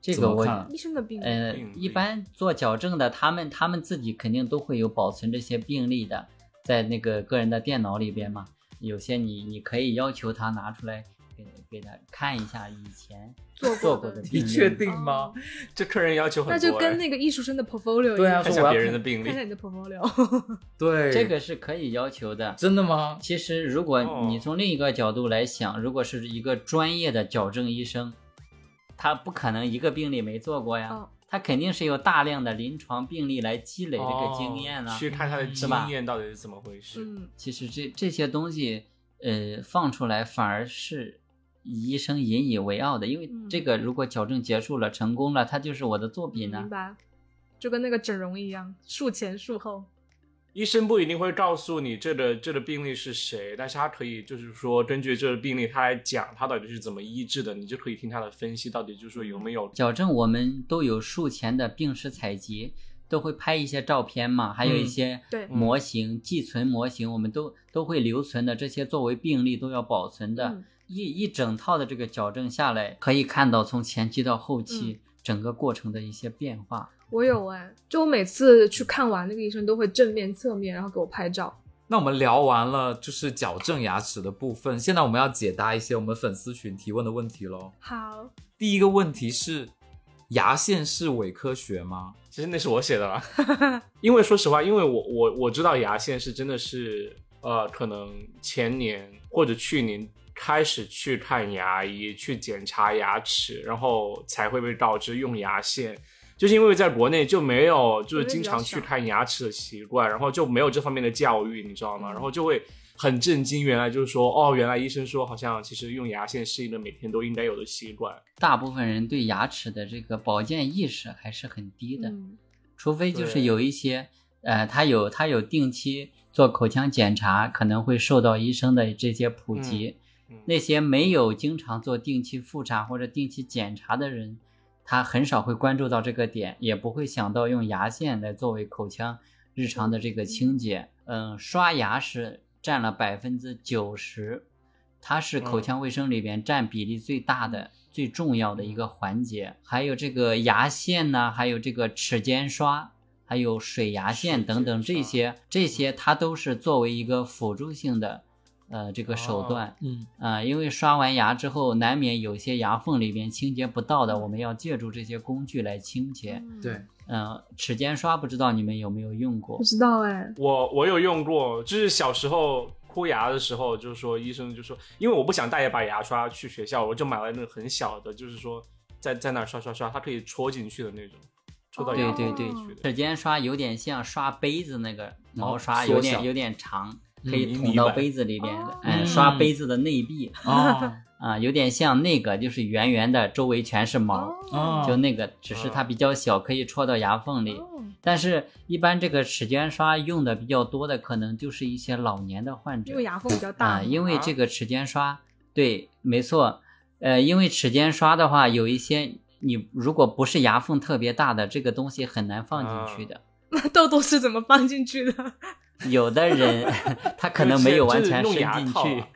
Speaker 4: 这
Speaker 1: 怎
Speaker 4: 个
Speaker 1: 么
Speaker 4: 我
Speaker 1: 看啊
Speaker 3: 医生的病。
Speaker 4: 呃
Speaker 2: 病，历
Speaker 4: 一般做矫正的，他们他们自己肯定都会有保存这些病历的，在那个个人的电脑里边嘛。有些你你可以要求他拿出来给给他看一下以前
Speaker 3: 做
Speaker 4: 做
Speaker 3: 过
Speaker 4: 过的
Speaker 3: 的
Speaker 4: 病
Speaker 2: 你
Speaker 4: 例
Speaker 2: 确定吗
Speaker 3: 哦？
Speaker 2: 这客人要求很多、
Speaker 3: 那
Speaker 2: 哎，
Speaker 3: 就跟那个艺术生的 portfolio 一
Speaker 1: 对啊
Speaker 3: 样，
Speaker 2: 看
Speaker 1: 说
Speaker 2: 一
Speaker 1: 我要
Speaker 2: 下别人的病
Speaker 3: 看一下
Speaker 2: 例，
Speaker 3: 你的 portfolio。
Speaker 1: 对，
Speaker 4: 这个是可以要求的。
Speaker 1: 真的吗？
Speaker 4: 其实，如果你
Speaker 2: 哦
Speaker 4: 从另一个角度来想，如果是一个专业的矫正医生，他不可能一个病例没做过呀，
Speaker 3: 哦
Speaker 4: 他肯定是有大量的临床病例来积累这个经验啊。
Speaker 2: 哦去看他的
Speaker 1: 嗯
Speaker 4: 是
Speaker 2: 经
Speaker 4: 吧
Speaker 2: 验到底是怎么回事。
Speaker 3: 嗯，
Speaker 4: 其实这这些东西，呃，放出来反而是医生引以为傲的，因为
Speaker 3: 嗯
Speaker 4: 这个如果矫正结束了、成功了，它就是我的作品呢、
Speaker 3: 明白，就跟那个整容一样，术前术后。
Speaker 2: 医生不一定会告诉你这个这个病例是谁，但是他可以就是说根据这个病例，他来讲他到底是怎么医治的，你就可以听他的分析，到底就是说有没有
Speaker 4: 矫正我们都有术前的病史采集，都会拍一些照片嘛，还有一
Speaker 2: 嗯
Speaker 4: 些
Speaker 3: 对
Speaker 4: 模型、寄存模型，我们都都会留存的，这些作为病例都要保存的。
Speaker 3: 嗯
Speaker 4: 一一整套的这个矫正下来，可以看到从前期到后
Speaker 3: 嗯
Speaker 4: 期、整个过程的一些变化。
Speaker 3: 我有哎、就我每次去看完那个医生都会正面、侧面，然后给我拍照。
Speaker 1: 那我们聊完了就是矫正牙齿的部分，现在我们要解答一些我们粉丝群提问的问题喽。
Speaker 3: 好，
Speaker 1: 第一个问题是，牙线是伪科学吗？
Speaker 2: 其实那是我写的啦， 因为说实话，因为我我我知道牙线是真的是呃，可能前年或者去年开始去看牙医去检查牙齿，然后才会被告知用牙线，就是因为在国内就没有就是经常去看牙齿的习惯，然后就没有这方面的教育，你知道吗？然后就会。很震惊，原来就是说，哦，原来医生说好像其实用牙线是一个每天都应该有的习惯，
Speaker 4: 大部分人对牙齿的这个保健意识还是很低的，
Speaker 3: 嗯，
Speaker 4: 除非就是
Speaker 2: 对
Speaker 4: 有一些，呃，他有他有定期做口腔检查，可能会受到医生的这些普及。
Speaker 2: 嗯
Speaker 4: 那些没有经常做定期复查或者定期检查的人，他很少会关注到这个点，也不会想到用牙线来作为口腔日常的这个清洁。嗯，刷牙是占了百分之九十，它是
Speaker 2: 嗯
Speaker 4: 口腔卫生里边占比例最大的、最重要的一个环节。还有这个牙线呢，还有这个齿间刷。还有水牙线等等
Speaker 2: 齿
Speaker 4: 这
Speaker 2: 间
Speaker 4: 些，这些它都是作为一个辅助性的，呃，这个手
Speaker 2: 哦
Speaker 4: 段。
Speaker 1: 嗯，
Speaker 4: 呃，因为刷完牙之后，难免有些牙缝里边清洁不到的，我们要借助这些工具来清洁。
Speaker 3: 嗯
Speaker 1: 对，
Speaker 4: 嗯、齿间刷不知道你们有没有用过
Speaker 3: 不？知道哎、
Speaker 2: 我我有用过，就是小时候哭牙的时候，就是说医生就说，因为我不想带一把牙刷去学校，我就买了那个很小的，就是说在在那儿刷刷刷，它可以戳进去的那种，戳到牙
Speaker 4: 对
Speaker 2: 缝
Speaker 4: 哦对
Speaker 2: 里
Speaker 4: 对
Speaker 2: 去，的。
Speaker 4: 齿间刷有点像刷杯子那个毛刷，
Speaker 1: 哦缩
Speaker 4: 有
Speaker 1: 小
Speaker 4: 点有点长，
Speaker 1: 嗯
Speaker 4: 可以
Speaker 2: 迷
Speaker 4: 捅
Speaker 2: 你
Speaker 4: 到
Speaker 2: 版
Speaker 4: 杯子里边
Speaker 3: 哦，
Speaker 4: 嗯，
Speaker 1: 嗯
Speaker 4: 刷杯子的内壁
Speaker 1: 哦，
Speaker 4: 啊、有点像那个，就是圆圆的，周围全是毛，
Speaker 1: 哦
Speaker 4: 就那个，只是它比较小，可以戳到牙缝里。
Speaker 3: 哦
Speaker 4: 但是，一般这个齿间刷用的比较多的，可能就是一些老年的患者，
Speaker 3: 因为牙缝比较
Speaker 4: 啊、
Speaker 3: 大，
Speaker 4: 因为
Speaker 2: 啊
Speaker 4: 这个齿间刷，对，没错，呃，因为齿间刷的话，有一些你如果不是牙缝特别大的，这个东西很难放
Speaker 1: 啊
Speaker 4: 进去的。
Speaker 3: 痘痘是怎么放进 去的？
Speaker 4: 有的人他 可能没有完全伸
Speaker 2: 就是用
Speaker 4: 进
Speaker 2: 牙套
Speaker 4: 去
Speaker 2: 啊，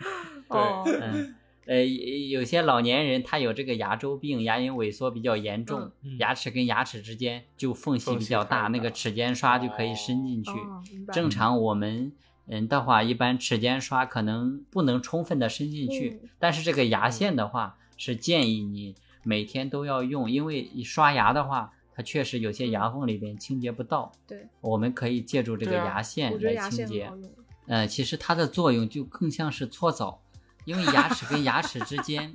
Speaker 3: 哦，
Speaker 4: 嗯，呃，有些老年人他有这个牙周病，牙龈萎缩比较严重，
Speaker 1: 嗯
Speaker 4: 牙齿跟牙齿之间就缝隙
Speaker 2: 缝
Speaker 4: 比
Speaker 2: 隙
Speaker 4: 较
Speaker 2: 太
Speaker 4: 大，那
Speaker 2: 大
Speaker 4: 个齿间刷就可以伸进去。
Speaker 3: 哦明白
Speaker 4: 正常我们人的话，一般齿间刷可能不能充分的伸进去，
Speaker 3: 嗯
Speaker 4: 但是这个牙线的话是建议你每天都要用，因为你刷牙的话，它确实有些牙缝里边清洁不到。
Speaker 3: 对，
Speaker 4: 我们可以借助这个
Speaker 2: 对啊
Speaker 4: 牙
Speaker 3: 我
Speaker 4: 线
Speaker 3: 觉得
Speaker 4: 来
Speaker 3: 牙
Speaker 4: 清
Speaker 3: 线
Speaker 4: 洁。
Speaker 3: 很好用。
Speaker 4: 呃，其实它的作用就更像是搓澡，因为牙齿跟牙齿之间，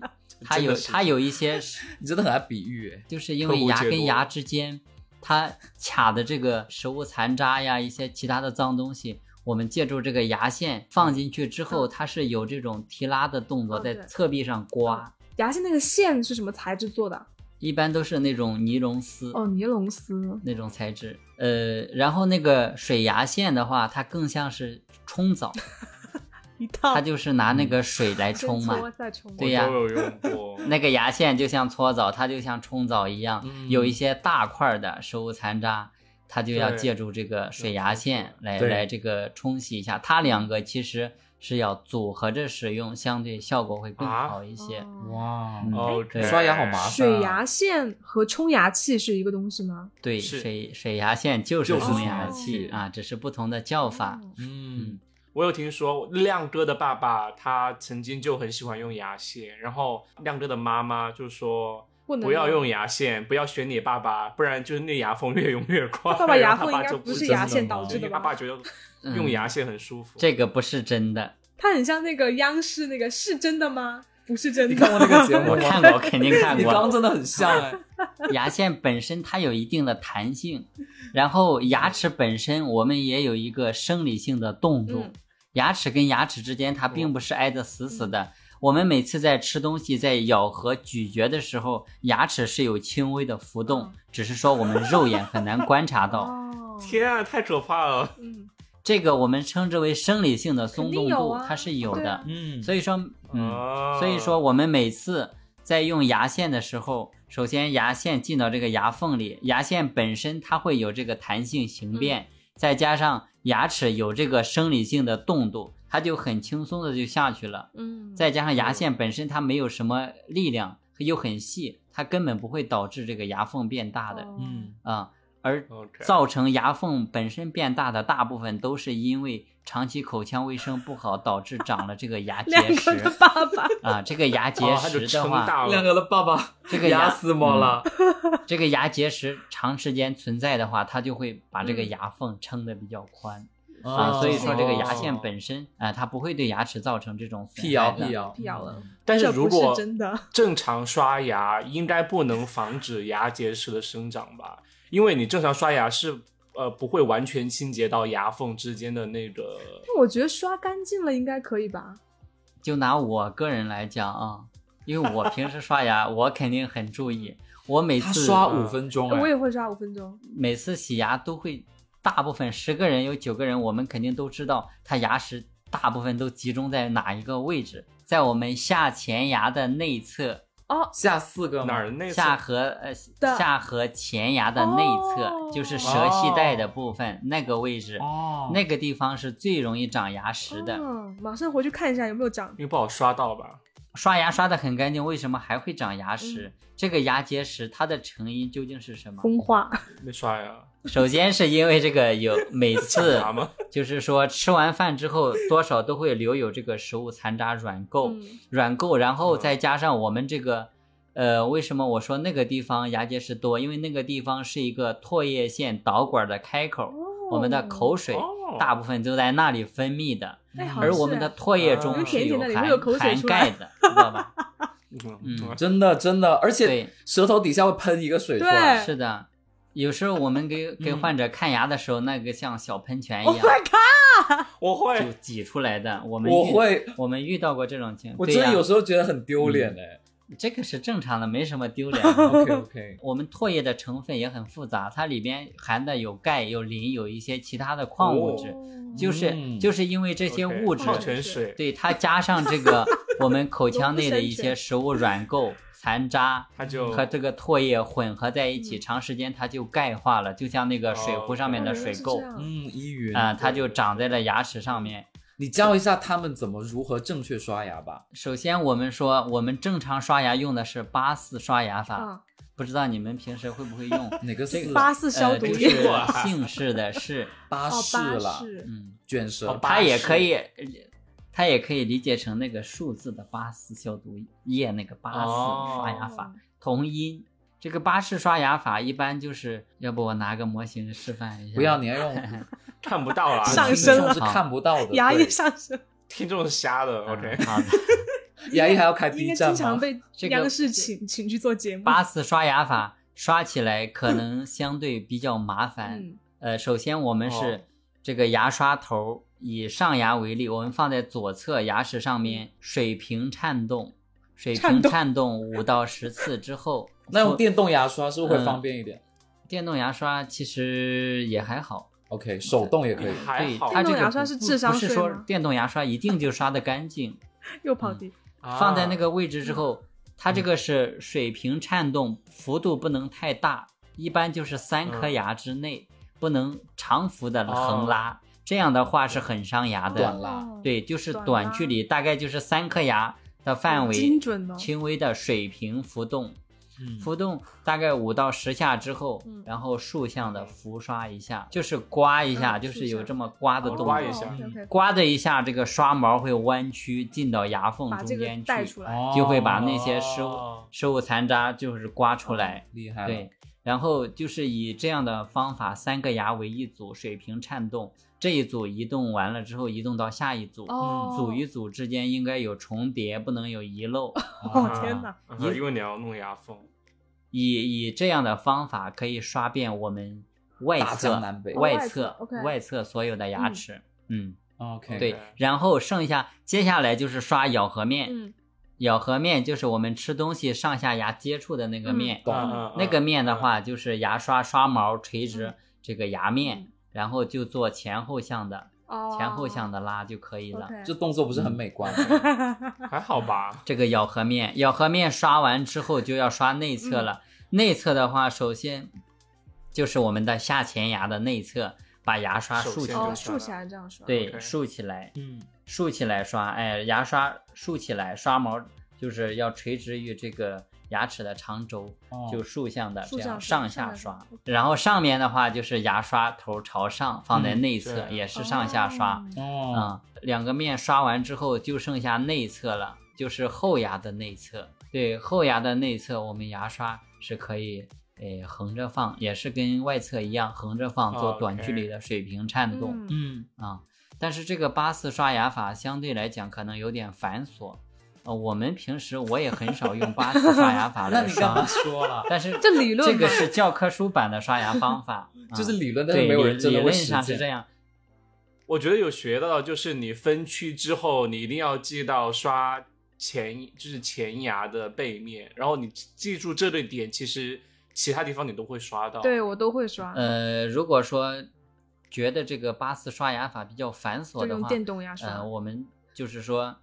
Speaker 4: 它
Speaker 2: 真的
Speaker 4: 有
Speaker 2: 是
Speaker 4: 它有一些
Speaker 1: 你真的很爱比喻诶，
Speaker 4: 就是因
Speaker 2: 特
Speaker 4: 为
Speaker 2: 务
Speaker 4: 牙
Speaker 2: 解
Speaker 4: 跟
Speaker 2: 毒
Speaker 4: 牙之间，它卡的这个食物残渣呀，一些其他的脏东西，我们借助这个牙线放进去之后，它是有这种提拉的动作，
Speaker 3: 嗯
Speaker 4: 在
Speaker 3: 对
Speaker 4: 侧壁上刮，
Speaker 3: 牙线那个线是什么材质做的？
Speaker 4: 一般都是那种尼龙丝
Speaker 3: 哦，尼龙丝。
Speaker 4: 那种材质。呃，然后那个水牙线的话，它更像是冲澡，
Speaker 3: 一套
Speaker 4: 它就是拿那个水来
Speaker 3: 先
Speaker 4: 冲嘛。
Speaker 3: 搓再冲。
Speaker 4: 对呀
Speaker 2: 我都有用过。
Speaker 4: 那个牙线就像搓澡，它就像冲澡一样，
Speaker 1: 嗯
Speaker 4: 有一些大块儿的食物残渣，它就要
Speaker 2: 对
Speaker 4: 借助这个水牙线来
Speaker 1: 对
Speaker 4: 来这个冲洗一下。它两个其实是要组合着使用，相对效果会更
Speaker 2: 啊
Speaker 4: 好一些。
Speaker 3: 哦
Speaker 1: 哇，
Speaker 4: 嗯
Speaker 2: 哦，
Speaker 4: 对
Speaker 1: 刷牙好麻烦啊
Speaker 3: 水牙线和冲牙器是一个东西吗？
Speaker 4: 对，
Speaker 2: 是
Speaker 4: 水水牙线就是
Speaker 1: 就是
Speaker 4: 冲
Speaker 1: 冲
Speaker 4: 牙
Speaker 1: 牙
Speaker 4: 器
Speaker 1: 器
Speaker 4: 啊，只是不同的叫法。
Speaker 3: 哦
Speaker 1: 嗯，
Speaker 2: 我有听说亮哥的爸爸他曾经就很喜欢用牙线，然后亮哥的妈妈就说。
Speaker 3: 不能
Speaker 2: 不要用牙线，不要选你爸爸，不然就是那牙缝越用越快。
Speaker 3: 爸爸牙
Speaker 2: 然后
Speaker 3: 缝
Speaker 2: 他爸
Speaker 3: 应该
Speaker 2: 就
Speaker 3: 不
Speaker 2: 不
Speaker 3: 是
Speaker 2: 知
Speaker 3: 牙
Speaker 2: 道
Speaker 3: 线
Speaker 4: 真的
Speaker 3: 导
Speaker 4: 吗
Speaker 3: 致
Speaker 2: 因为
Speaker 3: 的
Speaker 2: 爸
Speaker 3: 吧
Speaker 2: 爸？觉 得用牙线很舒服。
Speaker 4: 嗯这个不是真 的，
Speaker 3: 它很像那个央视那个，是真的吗？不是真
Speaker 1: 你看
Speaker 3: 的。
Speaker 1: 过那 个节目
Speaker 4: 我
Speaker 1: 吗？
Speaker 4: 看过，肯定看
Speaker 1: 你刚刚
Speaker 4: 过。
Speaker 1: 真的很像哎，
Speaker 4: 牙线本身它有一定的弹性，然后牙齿本身我们也有一个生理性的动作，
Speaker 3: 嗯
Speaker 4: 牙齿跟牙齿之间它并不是挨得死死的。我们每次在吃东西、在咬合、咀嚼的时候，牙齿是有轻微的浮动
Speaker 3: 嗯，
Speaker 4: 只是说我们肉眼很难观察到。
Speaker 3: 哦，
Speaker 2: 天啊，太可怕了！
Speaker 3: 嗯，
Speaker 4: 这个我们称之为生理性的松
Speaker 3: 肯
Speaker 4: 动
Speaker 3: 定有
Speaker 4: 度
Speaker 3: 啊，
Speaker 4: 它是有
Speaker 3: 对
Speaker 4: 的
Speaker 3: 啊。
Speaker 1: 嗯，
Speaker 4: 所以说，嗯，
Speaker 2: 啊
Speaker 4: 所以说，我们每次在用牙线的时候，首先牙线进到这个牙缝里，牙线本身它会有这个弹性形变，
Speaker 3: 嗯
Speaker 4: 再加上牙齿有这个生理性的动度，它就很轻松的就下去了。
Speaker 3: 嗯，
Speaker 4: 再加上牙线本身它没有什么力量，又很细，它根本不会导致这个牙缝变大的
Speaker 3: 哦，
Speaker 1: 嗯，
Speaker 4: 啊、而
Speaker 2: OK 哦
Speaker 4: 造成牙缝本身变大的大部分都是因为长期口腔卫生不好导致长了这个牙结
Speaker 3: 两
Speaker 4: 石。
Speaker 3: 个的爸爸，
Speaker 4: 啊，这个牙结
Speaker 2: 哦他就
Speaker 4: 石的
Speaker 2: 撑
Speaker 4: 话，
Speaker 2: 大
Speaker 1: 亮
Speaker 2: 了，
Speaker 1: 哥的爸爸
Speaker 4: 这个
Speaker 1: 牙
Speaker 4: 牙
Speaker 1: 死我了，
Speaker 4: 这个牙结石长时间存在的话，它就会把这个
Speaker 3: 嗯
Speaker 4: 牙缝撑得比较宽、啊，
Speaker 1: 啊
Speaker 4: 所以说这个牙线
Speaker 2: 哦
Speaker 4: 本身啊、它不会对牙齿造成这种损
Speaker 1: 辟
Speaker 4: 害
Speaker 1: 谣
Speaker 4: 的
Speaker 1: 辟谣
Speaker 3: 辟谣了，
Speaker 4: 嗯
Speaker 2: 但
Speaker 3: 这
Speaker 2: 如
Speaker 3: 不是
Speaker 2: 果
Speaker 3: 真的
Speaker 2: 正常刷牙，应该不能防止牙结石的生长吧？因为你正常刷牙是呃不会完全清洁到牙缝之间的那个。
Speaker 4: 嗯
Speaker 3: 但我觉得刷干净了应该可以吧？
Speaker 4: 就拿我个人来讲啊，因为我平时刷牙， 我肯定很注意，我每
Speaker 1: 他
Speaker 4: 次
Speaker 1: 刷五分钟
Speaker 3: 我
Speaker 1: 哎，
Speaker 3: 也会刷五分钟。
Speaker 4: 每次洗牙都会，大部分十个人有九个人，我们肯定都知道他牙石大部分都集中在哪一个位置，在我们下前牙的内侧。
Speaker 3: 哦，
Speaker 1: 下四个吗
Speaker 2: 哪儿？那次
Speaker 4: 下颌呃
Speaker 3: 的
Speaker 4: 下颌前牙的内侧，
Speaker 3: 哦
Speaker 4: 就是舌系带的部分、那个位置，
Speaker 1: 哦，
Speaker 4: 那个地方是最容易长牙石的。
Speaker 3: 嗯，马上回去看一下有没有长
Speaker 2: 因。为不好刷到吧？
Speaker 4: 刷牙刷的很干净，为什么还会长
Speaker 3: 嗯
Speaker 4: 牙石？这个牙结石它的成因究竟是什么？
Speaker 3: 风化，
Speaker 2: 没刷牙，
Speaker 4: 首先是因为这个有 每次
Speaker 2: 牙吗？
Speaker 4: 就是说吃完饭之后多少都会留有这个食物残渣软垢，
Speaker 3: 嗯
Speaker 4: 软垢，然后再加上我们这个，呃，为什么我说那个地方牙结石多？因为那个地方是一个唾液腺导管的开口，我们的口水
Speaker 2: 哦
Speaker 4: 大部分都在那里分泌的，
Speaker 3: 哎好
Speaker 4: 而我们的唾液
Speaker 2: 啊
Speaker 4: 中
Speaker 2: 有
Speaker 4: 是
Speaker 3: 甜
Speaker 4: 有
Speaker 3: 甜的里面
Speaker 4: 含
Speaker 3: 有口水
Speaker 4: 含
Speaker 3: 出来
Speaker 4: 钙的，知道吧？嗯
Speaker 1: 真的真的，而且
Speaker 4: 对
Speaker 1: 舌头底下会喷一个水出来，
Speaker 3: 对
Speaker 4: 是的。有时候我们给给
Speaker 1: 嗯
Speaker 4: 患者看牙的时候，那个像小喷泉一
Speaker 3: Oh
Speaker 4: 样
Speaker 3: my god！
Speaker 2: 我
Speaker 4: 就
Speaker 2: 会，
Speaker 4: 挤出来的，我们
Speaker 1: 我
Speaker 4: 遇
Speaker 1: 会，
Speaker 4: 我们遇到过这种情况，
Speaker 1: 我
Speaker 4: 对
Speaker 1: 真的
Speaker 4: 呀
Speaker 1: 有时候觉得很丢脸哎。
Speaker 4: 这个是正常的，没什么 丢脸。
Speaker 1: OK OK，
Speaker 4: 我们唾液的成分也很复杂，它里边含的有钙、有磷、有一些其他的矿物
Speaker 1: 哦
Speaker 4: 质，就是、
Speaker 1: 嗯
Speaker 4: 就是因为这些
Speaker 2: OK，
Speaker 4: 物质，
Speaker 2: 矿泉水，
Speaker 4: 对它加上 这个我们口腔内的一些食物软垢、残渣
Speaker 2: 它就
Speaker 4: 和这个唾液混合在一起，
Speaker 3: 嗯
Speaker 4: 长时间它就钙化了，就像那个
Speaker 1: 哦
Speaker 4: 水壶上面的水垢
Speaker 3: 哦原来是这样
Speaker 1: 嗯，依云
Speaker 4: 啊、它就长在了牙齿上面。
Speaker 1: 你教一下他们怎么如何正确刷牙吧。
Speaker 4: 首先，我们说我们正常刷牙用的是八四刷牙法，
Speaker 3: 啊，
Speaker 4: 不知道你们平时会不会用？
Speaker 1: 哪个四
Speaker 3: 八 四消
Speaker 4: 呃，
Speaker 3: 毒
Speaker 4: 就
Speaker 3: 液，
Speaker 4: 是姓氏的氏，
Speaker 1: 巴
Speaker 3: 哦，
Speaker 1: 士
Speaker 3: 巴
Speaker 1: 啦，
Speaker 3: 士，
Speaker 4: 嗯，
Speaker 1: 卷舌
Speaker 2: 哦
Speaker 4: 它
Speaker 2: 巴
Speaker 4: 也
Speaker 2: 氏
Speaker 4: 可以，呃它也可以理解成那个数字的八四消毒液那个八四
Speaker 2: 哦
Speaker 4: 刷牙法、同音。这个巴氏刷牙法一般就是，要不我拿个模型示范一下？
Speaker 1: 不要，你要 用啊
Speaker 2: 看不到啦，啊
Speaker 3: 上身了
Speaker 1: 是看不到的，
Speaker 3: 哦牙
Speaker 1: 对
Speaker 3: 也上升，
Speaker 2: 听众是瞎
Speaker 4: 嗯
Speaker 2: 的。OK，
Speaker 4: 好的。
Speaker 1: 牙医还要开
Speaker 3: 应
Speaker 1: B
Speaker 3: 该
Speaker 1: 站
Speaker 3: 经
Speaker 1: 吗，
Speaker 3: 常？被
Speaker 4: 这个
Speaker 3: 央视请请去做节目。
Speaker 4: 八四刷牙法刷起来可能相对比较麻烦，
Speaker 3: 嗯
Speaker 4: 呃，首先我们
Speaker 2: 哦
Speaker 4: 是这个牙刷头以上牙为例，我们放在左侧牙齿上面水平颤动，水
Speaker 3: 嗯颤
Speaker 4: 平
Speaker 3: 动
Speaker 4: 颤动五到十次之后
Speaker 1: 那用
Speaker 4: 搓
Speaker 1: 电动牙刷是不是会
Speaker 4: 嗯
Speaker 1: 方便一点
Speaker 4: 电动牙刷其实也还好，
Speaker 1: ？OK，手动也可以。
Speaker 2: 还
Speaker 4: 对
Speaker 2: 好
Speaker 4: 它
Speaker 3: 电
Speaker 4: 这
Speaker 3: 动
Speaker 4: 个
Speaker 3: 牙刷
Speaker 4: 不
Speaker 3: 是
Speaker 4: 不
Speaker 3: 智商
Speaker 4: 不是
Speaker 3: 税
Speaker 4: 说
Speaker 3: 吗
Speaker 4: 电动牙刷一定就刷的干净，
Speaker 3: 又跑
Speaker 4: 嗯
Speaker 3: 题，
Speaker 4: 放在那
Speaker 2: 啊
Speaker 4: 个位置之后，它这个是水平颤动，幅度不能太大，一般就是三颗
Speaker 2: 嗯
Speaker 4: 牙之内，不能长幅的
Speaker 2: 哦
Speaker 4: 横拉，这样的话是很伤牙的。
Speaker 1: 短拉
Speaker 3: 哦，
Speaker 4: 对，就是
Speaker 3: 短
Speaker 4: 短
Speaker 3: 拉
Speaker 4: 距离，大概就是三颗牙的
Speaker 3: 好
Speaker 4: 范围，
Speaker 3: 精准哦
Speaker 4: 轻微的水平浮动。
Speaker 1: 嗯
Speaker 4: 浮动大概五到十下之后
Speaker 3: 嗯，
Speaker 4: 然后竖
Speaker 2: 嗯
Speaker 4: 向的浮刷一下，就是刮一下，
Speaker 3: 嗯
Speaker 4: 就是有这么刮的
Speaker 2: 哦
Speaker 4: 动
Speaker 2: 刮
Speaker 4: 作
Speaker 2: 一。下
Speaker 3: ，OK，
Speaker 4: 刮的一下，这个刷毛会弯曲进到牙缝
Speaker 3: 把
Speaker 4: 中
Speaker 3: 这个
Speaker 4: 间
Speaker 3: 带
Speaker 4: 去哦
Speaker 3: 出，来。
Speaker 4: 嗯就会把那些食物
Speaker 2: 哦
Speaker 4: 食物残渣就是刮出来。
Speaker 1: 厉
Speaker 3: 嗯
Speaker 1: 害了，
Speaker 4: 对，然后就是以这样的方法，三个牙为一组，水平颤动，这一组移动完了之后，移动到下一组，
Speaker 3: 哦，
Speaker 4: 嗯组与组之间应该有重叠，不能有遗漏。
Speaker 3: 哦
Speaker 1: 啊
Speaker 3: 天哪！
Speaker 2: 嗯因为你要弄牙缝，
Speaker 4: 以以这样的方法可以刷遍我们外
Speaker 1: 大江
Speaker 4: 侧
Speaker 1: 南北
Speaker 3: 哦
Speaker 4: 外
Speaker 3: 外
Speaker 4: 侧
Speaker 3: 侧，OK
Speaker 4: 外侧所有的牙齿。嗯，
Speaker 3: 哦
Speaker 1: OK，
Speaker 4: 对
Speaker 2: OK。
Speaker 4: 然后剩下接下来就是刷咬合面，
Speaker 3: 嗯，
Speaker 4: 咬合面就是我们吃东西上下牙接触的那个面。
Speaker 1: 懂
Speaker 2: 嗯
Speaker 4: 那个面的，话，就是牙刷刷毛垂直
Speaker 3: 嗯
Speaker 4: 这个牙面，
Speaker 3: 嗯
Speaker 4: 然后就做前后向的、
Speaker 3: 哦，
Speaker 4: 前后向的拉就可以了。
Speaker 3: OK，
Speaker 1: 这动作不是很美观吗？
Speaker 2: 嗯嗯还好吧？
Speaker 4: 这个咬合面，咬合面刷完之后就要刷内侧了。
Speaker 3: 嗯
Speaker 4: 内侧的话，首先就是我们的下前牙的内侧，把牙刷
Speaker 2: 首
Speaker 4: 竖起
Speaker 2: 先
Speaker 4: 来
Speaker 3: 哦，
Speaker 2: 就，
Speaker 3: 竖起来这样刷。
Speaker 4: 对，
Speaker 2: OK
Speaker 4: 竖起来，
Speaker 1: 嗯，
Speaker 4: 竖起来刷，哎，牙刷竖起来，刷毛就是要垂直于这个牙齿的长轴，
Speaker 1: 哦
Speaker 4: 就竖向的这
Speaker 3: 竖
Speaker 4: 样
Speaker 3: 向刷上
Speaker 4: 上下
Speaker 3: 下
Speaker 4: 刷
Speaker 3: 刷。
Speaker 4: 然后上面的话就是牙刷头朝上放在
Speaker 1: 嗯
Speaker 4: 内侧，
Speaker 2: 对
Speaker 4: 也是上下刷。
Speaker 3: 哦
Speaker 1: 哦，
Speaker 4: 啊、两个面刷完之后就剩下内侧了，就是后牙的内侧。对，后牙的内侧，我们牙刷是可以诶、横着放，也是跟外侧一样横着放，做
Speaker 2: OK
Speaker 4: 短距离的水平颤动
Speaker 3: 嗯
Speaker 1: 嗯，
Speaker 4: 啊、但是这个八次刷牙法相对来讲可能有点繁琐，呃，我们平时我也很少用八次刷 牙法
Speaker 1: 那
Speaker 4: 来
Speaker 1: 你干嘛
Speaker 4: 刷，
Speaker 1: 说了？
Speaker 4: 但是
Speaker 3: 这理论
Speaker 4: 这个
Speaker 3: 嘛
Speaker 4: 是教科书版的刷牙 方法，啊
Speaker 1: 就是理论，但
Speaker 4: 对
Speaker 1: 是没有
Speaker 4: 理
Speaker 1: 人真
Speaker 4: 理
Speaker 1: 的会
Speaker 4: 论
Speaker 1: 实
Speaker 4: 上是这
Speaker 1: 践。
Speaker 4: 样，
Speaker 2: 我觉得有学到，就是你分区之后，你一定要记到刷前，就是前牙的背面，然后你记住这个点，其实其他地方你都会刷
Speaker 4: 嗯
Speaker 2: 到。
Speaker 3: 对，我都会刷。
Speaker 4: 呃，如果说觉得这个八次刷牙法比较繁琐
Speaker 3: 就
Speaker 4: 的
Speaker 3: 用
Speaker 4: 话，
Speaker 3: 电动牙刷
Speaker 4: 呃，。我们就是说，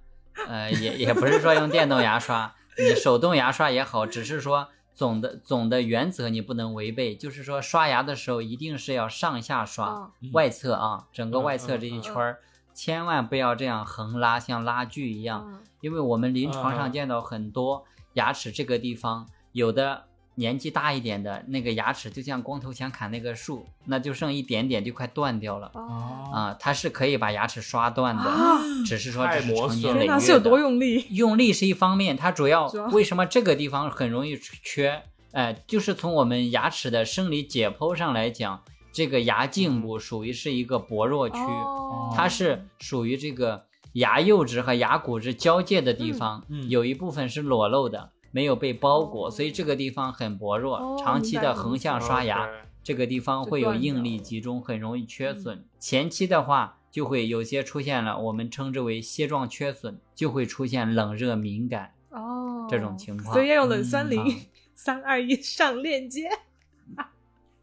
Speaker 4: 呃，也也不是说用电动牙刷，你手动牙刷也好，只是说总的总的原则你不能违背，就是说刷牙的时候一定是要上下刷，
Speaker 3: 哦
Speaker 1: 嗯
Speaker 4: 外侧啊，整个
Speaker 2: 嗯
Speaker 4: 外侧这
Speaker 2: 嗯
Speaker 4: 一
Speaker 2: 嗯
Speaker 4: 圈儿。千万不要这样横拉，像拉锯一样，
Speaker 3: 嗯
Speaker 4: 因为我们临床
Speaker 2: 嗯
Speaker 4: 上
Speaker 2: 嗯
Speaker 4: 见到很多牙齿这个地方，有的年纪大一点的那个牙齿就像光头强砍那个树，那就剩一点点就快断掉了
Speaker 3: 哦
Speaker 1: 哦，
Speaker 4: 啊！它是可以把牙齿刷断的，
Speaker 3: 啊！
Speaker 4: 只是说这
Speaker 2: 太
Speaker 4: 是
Speaker 2: 磨
Speaker 4: 成
Speaker 2: 损
Speaker 4: 年
Speaker 2: 了
Speaker 4: 累
Speaker 3: 天
Speaker 4: 月
Speaker 3: 哪，是有多
Speaker 4: 的。
Speaker 3: 用力？
Speaker 4: 用力是一方面，它主要
Speaker 3: 主要
Speaker 4: 为什么这个地方很容易缺？呃，就是从我们牙齿的生理解剖上来讲，这个牙颈部属于是一个薄弱区。
Speaker 3: 嗯哦
Speaker 4: 它是属于这个牙釉质和牙骨质交界的地方，
Speaker 1: 嗯嗯
Speaker 4: 有一部分是裸露的，没有被包裹，
Speaker 3: 哦
Speaker 4: 所以这个地方很薄弱。
Speaker 3: 哦
Speaker 4: 长期的横向刷牙，
Speaker 2: OK
Speaker 4: 这个地方会有应力集中，很容易缺
Speaker 3: 嗯
Speaker 4: 损。前期的话，就会有些出现了，我们称之为楔状缺损，就会出现冷热敏感。
Speaker 3: 哦
Speaker 4: 这种情况
Speaker 3: 所以要用冷酸
Speaker 4: 嗯好
Speaker 3: 灵。 三二一，上链接。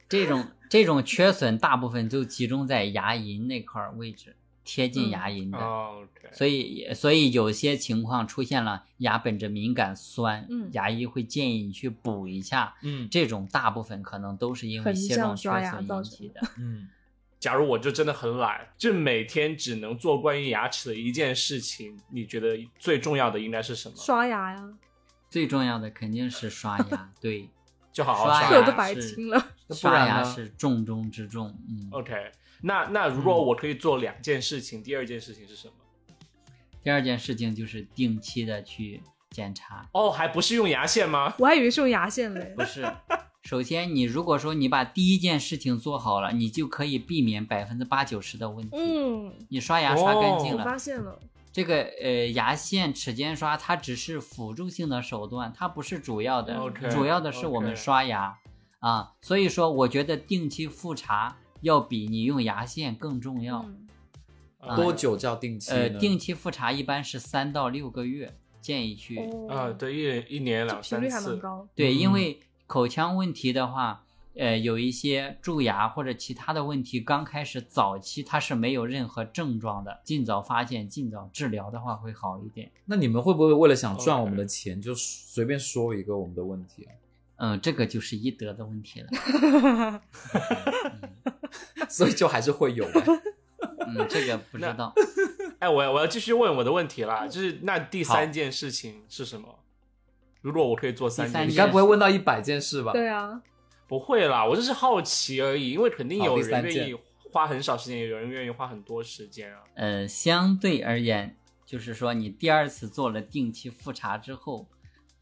Speaker 4: 这 种这种缺损大部分就集中在牙龈那块儿位置，贴
Speaker 3: 嗯
Speaker 4: 近牙龈的。
Speaker 2: 哦 OK，
Speaker 4: 所以，所以有些情况出现了牙本质敏感酸，
Speaker 3: 嗯
Speaker 4: 牙医会建议你去补一下。
Speaker 1: 嗯
Speaker 4: 这种大部分可能都是因
Speaker 3: 横
Speaker 4: 为楔状
Speaker 3: 向
Speaker 4: 缺
Speaker 3: 刷牙
Speaker 4: 损
Speaker 3: 造
Speaker 4: 引
Speaker 3: 成
Speaker 4: 起 的。
Speaker 1: 嗯，
Speaker 2: 假如我就真的很懒，就每天只能做关于牙齿的一件事情，你觉得最重要的应该是什么？
Speaker 3: 刷牙呀，
Speaker 4: 最重要的肯定是刷牙，对，
Speaker 2: 就好好刷
Speaker 4: 刷
Speaker 3: 这
Speaker 4: 牙
Speaker 3: 我都
Speaker 2: 牙。
Speaker 3: 白听了。
Speaker 1: 那不
Speaker 4: 刷
Speaker 1: 然
Speaker 4: 牙
Speaker 1: 呢哦
Speaker 4: 是重中之重。嗯，
Speaker 2: OK，那那如果我可以做两件事情，第二件事情是什么？
Speaker 4: 第二件事情就是定期的去检查，
Speaker 2: 哦，还不是用牙线吗？
Speaker 3: 我还以为是用牙线嘞
Speaker 4: 不。是。 首先，你如果说你把第一件事情做好了，你就可以避免百分之八九十的问题。
Speaker 3: 嗯，
Speaker 4: 你刷牙刷干净
Speaker 2: 哦
Speaker 3: 我
Speaker 4: 了，
Speaker 3: 发现了。
Speaker 4: 这个呃牙线、齿间刷，它只是辅助性的手段，它不是主要的。
Speaker 1: 哦
Speaker 2: OK，
Speaker 4: 嗯主要的是我们
Speaker 2: OK
Speaker 4: 刷牙啊，所以说我觉得定期复查要比你用牙线更重要。
Speaker 3: 嗯
Speaker 2: 啊
Speaker 1: 多久叫定期呢？
Speaker 4: 呃，定期复查一般是三到六个月，建议去。
Speaker 3: 哦
Speaker 2: 啊，，对，一一年
Speaker 3: 这
Speaker 2: 两
Speaker 3: 频
Speaker 2: 三
Speaker 3: 率还蛮
Speaker 2: 次。
Speaker 3: 高。
Speaker 4: 对，因
Speaker 1: 嗯
Speaker 4: 为口腔问题的话，呃，有一些蛀牙或者其他的问题，刚开始早期它是没有任何症状的，尽早发现、尽早治疗的话会好一点。
Speaker 1: 那你们会不会为了想赚
Speaker 2: OK
Speaker 1: 我们的钱，就随便说一个我们的问题啊？
Speaker 4: 嗯，这个就是医德的问题了。
Speaker 1: 所以就还是会有 呗。
Speaker 4: 嗯，这个不知
Speaker 2: 那
Speaker 4: 道。
Speaker 3: 嗯
Speaker 2: 哎，我要我要继续问我的问题啦，就是那第三件事情是什么？如果我可以做三
Speaker 4: 第
Speaker 2: 件
Speaker 4: 三
Speaker 1: 你
Speaker 2: 事，
Speaker 1: 该不会问到一百件事
Speaker 4: 嗯
Speaker 1: 吧？
Speaker 3: 对啊，
Speaker 2: 不会啦，我就是好奇而已，因为肯定
Speaker 1: 好
Speaker 2: 有
Speaker 1: 第三
Speaker 2: 人愿
Speaker 1: 件
Speaker 2: 意花很少时间，有人愿意花很多时间啊。
Speaker 4: 呃，相对而言，就是说你第二次做了定期复查之后，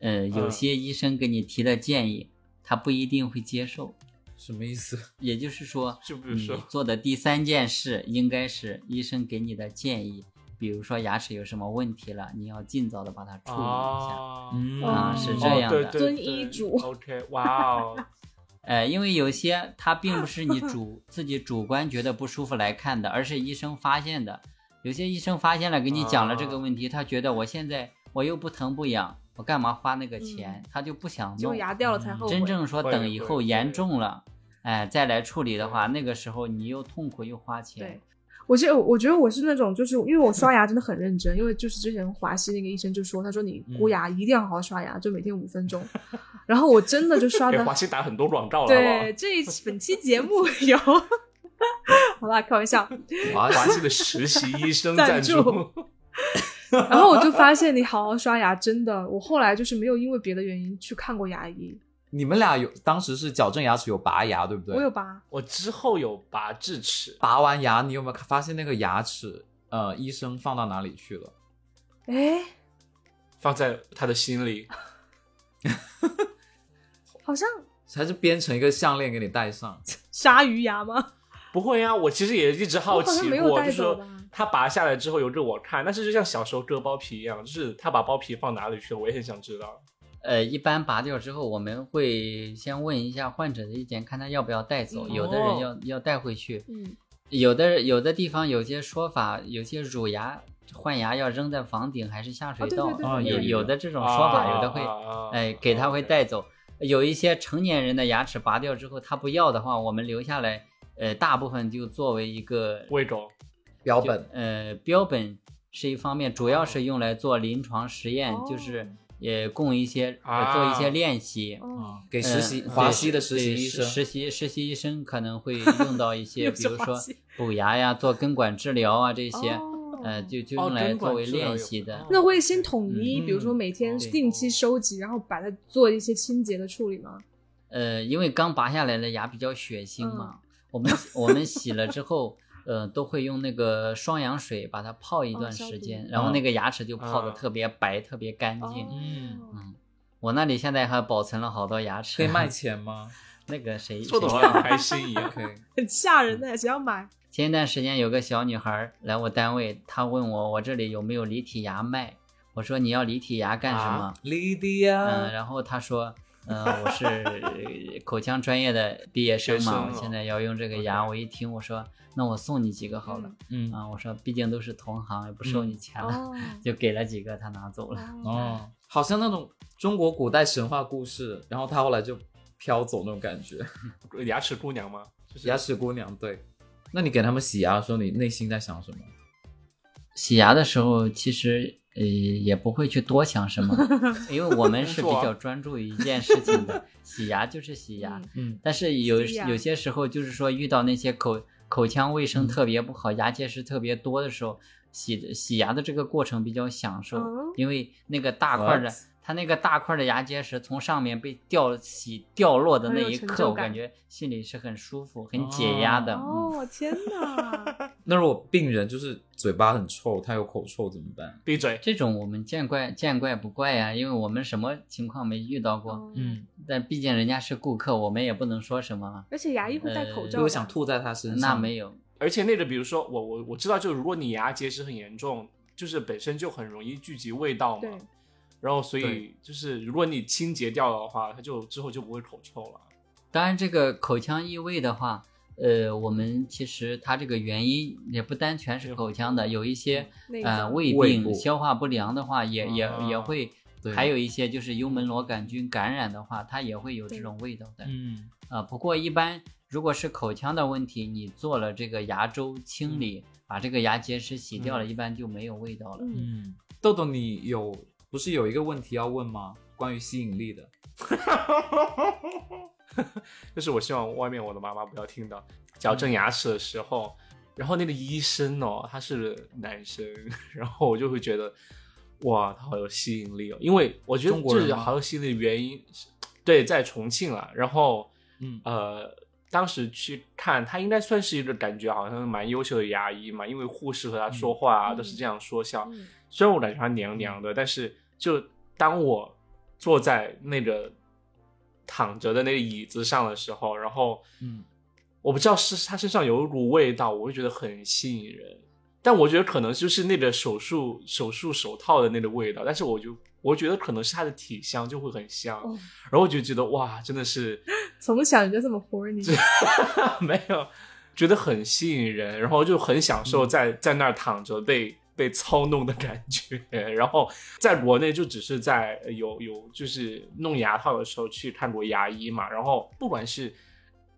Speaker 4: 呃，有
Speaker 2: 嗯
Speaker 4: 些医生给你提的建议，他不一定会接受。
Speaker 1: 什么意思？
Speaker 4: 也就是说，
Speaker 2: 就比如
Speaker 4: 你
Speaker 2: 说
Speaker 4: 做的第三件事应该是医生给你的建议，比如说牙齿有什么问题了，你要尽早的把嗯它处理一下。
Speaker 2: 啊，
Speaker 1: 嗯
Speaker 3: 啊
Speaker 4: 啊，是
Speaker 3: 哦
Speaker 4: 这样的，
Speaker 2: 哦、对对
Speaker 3: 遵医
Speaker 2: 对
Speaker 3: 嘱
Speaker 2: OK，哇 哦，
Speaker 4: 呃，因为有些它并不是你主自己主观觉得不舒服来看的，而是医生发现的。有些医生发现了，给你讲了这
Speaker 2: 哦
Speaker 4: 个问题，他觉得我现在我又不疼不痒，我干嘛花那个钱？他就不想
Speaker 3: 结果
Speaker 4: 弄。
Speaker 3: 嗯牙掉了才
Speaker 1: 嗯
Speaker 3: 后悔。
Speaker 4: 真正说
Speaker 2: 会
Speaker 4: 等以
Speaker 2: 会
Speaker 4: 后
Speaker 2: 会
Speaker 4: 严重了，哎、再来处理的话，
Speaker 2: 对
Speaker 4: 那个时候你又痛苦又花钱
Speaker 3: 对。我记得，我觉得我是那种，就是因为我刷牙真的很认真，因为就是之前华西那个医生就说，他说你箍牙一定要好好刷牙，就每天五分钟。然后我真的就刷
Speaker 2: 给
Speaker 3: 的
Speaker 2: 华，西打很多广告了，好不
Speaker 3: 对
Speaker 2: 好
Speaker 3: 这一期本期节目有， 好啦，开玩笑。
Speaker 1: 哇，
Speaker 2: 华西的实习医生 赞
Speaker 3: 赞助然后我就发现，你好好刷牙真的，我后来就是没有因为别的原因去看过牙医，
Speaker 1: 你们俩有当时是矫正牙齿有拔牙对不对？
Speaker 3: 我有拔，
Speaker 2: 我之后有拔智齿，
Speaker 1: 拔完牙，你有没有发现那个牙齿？呃，医生放到哪里去了？
Speaker 3: 哎，
Speaker 2: 放在他的心里，
Speaker 3: 好像
Speaker 1: 还是编成一个项链给你戴上？
Speaker 3: 鲨鱼牙吗？
Speaker 2: 不会啊，我其实也一直好
Speaker 3: 我好像
Speaker 2: 奇
Speaker 3: 没有
Speaker 2: 过，就
Speaker 3: 带走
Speaker 2: 说
Speaker 3: 吧
Speaker 2: 他拔下来之后有给我看，但是就像小时候割包皮一样，就是他把包皮放哪里去了，我也很想知道。
Speaker 4: 呃，一般拔掉之后，我们会先问一下患者的意见，看他要不要带走。
Speaker 3: 嗯
Speaker 4: 有的人
Speaker 2: 哦
Speaker 4: 要要带回去，
Speaker 3: 嗯，
Speaker 4: 有的有的地方有些说法，有些乳牙换牙要扔在房顶还是下水
Speaker 3: 啊对
Speaker 4: 道，
Speaker 3: 对对
Speaker 1: 对
Speaker 3: 哦
Speaker 4: 哦有
Speaker 1: 对
Speaker 4: 有的这种说法，
Speaker 2: 啊
Speaker 4: 有的会，
Speaker 2: 啊
Speaker 4: 哎、给他会。
Speaker 2: 啊
Speaker 4: 带走。有一些成年人的牙齿拔掉之后，他不要的话，我们留下来，呃，大部分就作为一个
Speaker 2: 喂狗，
Speaker 1: 标
Speaker 4: 就呃标本是一方面，主要是用来做临床实验，
Speaker 3: 哦
Speaker 4: 就是也供一些、呃
Speaker 2: 啊
Speaker 4: 做一些练习。
Speaker 3: 哦，
Speaker 1: 给实习、
Speaker 4: 嗯
Speaker 1: 华
Speaker 4: 对
Speaker 1: 西的实习医生，
Speaker 4: 实实习实习医生可能 会用到一些，
Speaker 3: 又
Speaker 4: 比
Speaker 3: 是
Speaker 4: 如
Speaker 3: 华
Speaker 4: 说
Speaker 3: 西
Speaker 4: 补牙呀、做根管治疗啊这些，
Speaker 3: 哦
Speaker 4: 呃，就就
Speaker 2: 哦
Speaker 4: 用来
Speaker 2: 根管
Speaker 4: 作为
Speaker 2: 治疗
Speaker 4: 练
Speaker 2: 有
Speaker 4: 习的。
Speaker 1: 哦
Speaker 3: 那会 先统一，
Speaker 1: 嗯
Speaker 3: 比如说每天定期收集，然后把它做一些清洁的处理吗？
Speaker 4: 呃，因为刚拔下来的牙比较血腥
Speaker 3: 嗯
Speaker 4: 嘛，我们我们洗了之后，呃，都会用那个双氧水把它泡一
Speaker 3: 哦
Speaker 4: 段
Speaker 3: 消
Speaker 4: 时
Speaker 3: 毒
Speaker 4: 间，然后那个牙齿就泡的
Speaker 2: 啊
Speaker 4: 特别白、特别干净。
Speaker 1: 嗯
Speaker 3: 哦，
Speaker 4: 我那里现在还保存了好多牙齿，
Speaker 1: 可以卖钱吗
Speaker 4: 那个谁
Speaker 2: 做的
Speaker 4: 谁
Speaker 2: 好像很开心一 样。
Speaker 1: ？OK，
Speaker 3: 很吓人的，谁 要买？
Speaker 4: 前一段时间有个小女孩来我单位，她问我我这里有没有离体牙卖，我说你要离体牙干什么
Speaker 2: 啊？
Speaker 4: 嗯、
Speaker 1: ，Lydia，
Speaker 4: 然后她说，嗯、我 是呃口腔专业的毕业生
Speaker 2: 学生
Speaker 4: 嘛，
Speaker 2: 哦
Speaker 4: 我现在要用这个牙。
Speaker 2: OK
Speaker 4: 我一听我说，那我送你几个好了，
Speaker 1: 嗯
Speaker 4: 啊、我说毕竟都是同行，也不收你钱了，
Speaker 3: 哦
Speaker 4: 就给了几个，她拿走了。
Speaker 3: 哦，
Speaker 1: 哦，好像那种中国古代神话故事，然后他后来就飘走那种感觉。
Speaker 2: 呃牙齿姑娘吗？就是
Speaker 1: 牙齿姑娘，对。那你给他们洗牙的时候，你内心在想什么？
Speaker 4: 洗牙的时候，其实呃也不会去多 想什么，因为我们是比较专注于一件事情的，洗牙就是洗牙。
Speaker 3: 嗯
Speaker 1: 嗯，
Speaker 4: 但是有
Speaker 3: 洗牙嗯
Speaker 4: 有些时候，就是说遇到那些口口腔卫生特别不好、牙结石特别多的时候，洗洗牙的这个过程比较享受，
Speaker 3: 嗯
Speaker 4: 因为那个大块的
Speaker 1: What？
Speaker 4: 它那个大块的牙结石从上面被掉洗掉落的那一
Speaker 3: 很有成
Speaker 4: 刻，
Speaker 3: 就
Speaker 4: 我
Speaker 3: 感
Speaker 4: 感觉心里是很舒服、很解压的。嗯
Speaker 3: 哦，天 哪！
Speaker 1: 那如果病人就是嘴巴很臭，他有口臭怎么办？
Speaker 2: 闭嘴。
Speaker 4: 这种我们见怪见怪不怪呀、因为我们什么情况没遇到过，
Speaker 3: 哦，
Speaker 1: 嗯
Speaker 4: 但毕竟人家是顾客，我们也不能说什么嘛。
Speaker 3: 而且牙医会戴口
Speaker 4: 呃
Speaker 1: 如
Speaker 3: 罩
Speaker 1: 果
Speaker 3: 的，
Speaker 1: 想吐在他身上，
Speaker 4: 那没有，
Speaker 2: 而且那个，比如说我我我知道，就如果你牙结石很严重，就是本身就很容易聚集味道
Speaker 3: 对
Speaker 2: 嘛。然后所以
Speaker 1: 对
Speaker 2: 就是如果你清洁掉了的话，它就之后就不会口臭了。
Speaker 4: 当然，这个口腔异味的话，呃，我们其实它这个原因也不单全是口腔的，有一些
Speaker 3: 内
Speaker 4: 呃
Speaker 3: 脏
Speaker 4: 胃
Speaker 1: 胃
Speaker 4: 病、
Speaker 1: 部
Speaker 4: 消化不良的话，也也
Speaker 2: 啊
Speaker 4: 也会
Speaker 1: 对，
Speaker 4: 还有一些就是幽门螺杆菌感染的话，它也会有这
Speaker 3: 对
Speaker 4: 种味道的。
Speaker 1: 嗯，
Speaker 4: 呃，不过一般如果是口腔的问题，你做了这个牙周清理，把这个牙结石洗掉了，一般就没有味道了。
Speaker 3: 嗯，
Speaker 1: 嗯，豆豆，你有不是有一个问题要问吗？关于吸引力的，
Speaker 2: 就是我希望外面我的妈妈不要听到矫
Speaker 1: 嗯
Speaker 2: 正牙齿的时 候，然后那个医生哦，他是男生，然后我就会觉得哇，它好有吸引力哦！因为我觉得
Speaker 1: 中国人
Speaker 2: 这
Speaker 1: 吗
Speaker 2: 好有吸引力的原因是，对，在重庆啦，然后
Speaker 1: 嗯
Speaker 2: 呃，当时去看他应该算是一个感觉好像蛮优秀的牙医嘛，因为护士和他说话啊、
Speaker 3: 嗯
Speaker 2: 都是这样说笑，
Speaker 3: 嗯
Speaker 2: 虽然我感觉它凉凉的，但是就当我坐在那个躺着的那个椅子上的时候，然后
Speaker 1: 嗯，
Speaker 2: 我不知道是它身上有一股味道，我会觉得很吸引人。但我觉得可能就是那个手术手术手套的那个味道，但是我就我觉得可能是它的体香就会很香，
Speaker 3: 哦
Speaker 2: 然后我就觉得哇，真的是
Speaker 3: 从小你就这么活着，你
Speaker 2: 没有觉得很吸引人，然后就很享受在、在那儿躺着被被操弄的感觉。 然后在国内就只是在呃有有就是弄牙套的时候去看过牙医嘛，然后不管是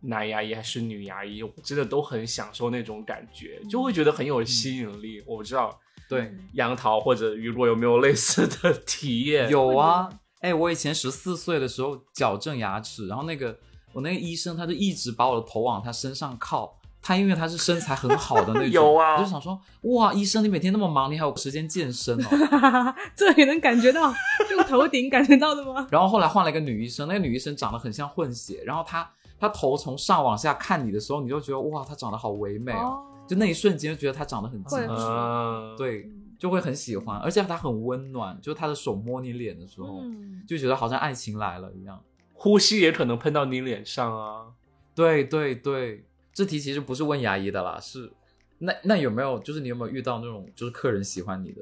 Speaker 2: 男牙医还是女牙医，我真的都很享受那种感觉，就会觉得很有吸引力。我不知道
Speaker 1: 对，
Speaker 2: 杨桃或者雨果有没有类似的体验？
Speaker 1: 有啊。哎，我以前十四岁的时候矫正牙齿，然后那个我那个医生他就一直把我的头往他身上靠。他因为他是身材很好的那种，
Speaker 2: 有啊
Speaker 1: 我就想说，哇，医生你每天那么忙，你还有时间健身哦？
Speaker 3: 这也能感觉到，用头顶感觉到 的吗？
Speaker 1: 然后后来换了一个女医生，那个女医生长得很像混血，然后她她头从上往下看你的时候，你就觉得哇，她长得好唯美哦，
Speaker 3: 哦，
Speaker 1: 就那一瞬间就觉得她长得很
Speaker 3: 会
Speaker 1: 精
Speaker 3: 很
Speaker 1: 致，
Speaker 2: 嗯，，
Speaker 1: 对，就会很喜欢，而且她很温暖，就是她的手摸你脸的时候，
Speaker 3: 嗯，
Speaker 1: 就觉得好像爱情来了一样。
Speaker 2: 呼吸也可能喷到你脸上啊。
Speaker 1: 对对对，这题其实不是问牙医的啦，是那那有没有就是你有没有遇到那种就是客人喜欢你的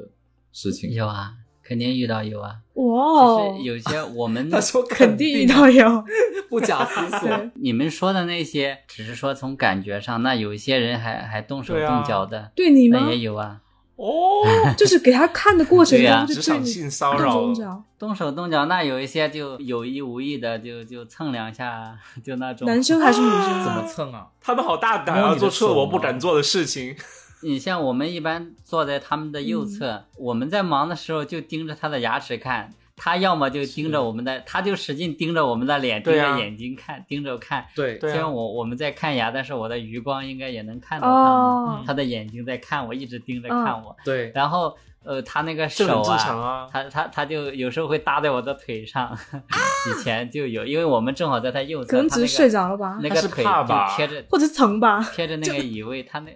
Speaker 1: 事情？
Speaker 4: 有啊，肯定遇到有啊。
Speaker 3: 哇哦，
Speaker 4: 就是有些我们
Speaker 1: 他说
Speaker 3: 肯定遇到 有，
Speaker 1: 不假思索
Speaker 3: 对，
Speaker 4: 你们说的那些，只是说从感觉上，那有一些人还还动手
Speaker 2: 对啊
Speaker 4: 动脚的，
Speaker 3: 对你吗
Speaker 1: 哎
Speaker 4: 那？也有啊。
Speaker 2: 哦，
Speaker 3: 就是给他看的过程
Speaker 4: 对啊
Speaker 3: 中就
Speaker 2: 职
Speaker 3: 对
Speaker 2: 场
Speaker 3: 你
Speaker 2: 性骚
Speaker 3: 动
Speaker 2: 扰
Speaker 3: 中，脚，
Speaker 4: 动手动脚，那有一些就有意无意的就就蹭两下，就那种。
Speaker 3: 男生还是女生？
Speaker 1: 怎么蹭啊？
Speaker 2: 他们好大胆
Speaker 1: 摸
Speaker 2: 啊，
Speaker 1: 你的
Speaker 2: 做
Speaker 1: 手
Speaker 2: 出了我不敢做的事情。
Speaker 4: 你像我们一般坐在他们的右
Speaker 2: 嗯
Speaker 4: 侧，我们在忙的时候就盯着他的牙齿看，他要么就盯着我们的，他就使劲盯着我们的脸，盯
Speaker 2: 对啊
Speaker 4: 着眼睛看，盯着看。
Speaker 1: 对
Speaker 2: 对啊
Speaker 4: 虽然我我们在看牙，但是我的余光应该也能看到他们，
Speaker 3: 哦
Speaker 1: 嗯，
Speaker 4: 他的眼睛在看我，一直盯着看我。
Speaker 1: 对，
Speaker 4: 然后呃，他那个
Speaker 2: 这很
Speaker 4: 手
Speaker 2: 嗯正
Speaker 4: 啊
Speaker 2: 常，啊。
Speaker 4: 他他他就有时候会搭在我的腿上， 以前就有，因为我们正好在他右侧，
Speaker 3: 可能
Speaker 4: 他
Speaker 3: 只
Speaker 4: 那
Speaker 3: 是
Speaker 4: 个
Speaker 3: 睡着了吧，
Speaker 4: 那
Speaker 2: 他
Speaker 4: 个
Speaker 2: 是
Speaker 4: 腿
Speaker 2: 怕吧
Speaker 4: 就贴着
Speaker 3: 或者是疼 吧。
Speaker 4: 贴着那个椅位，他那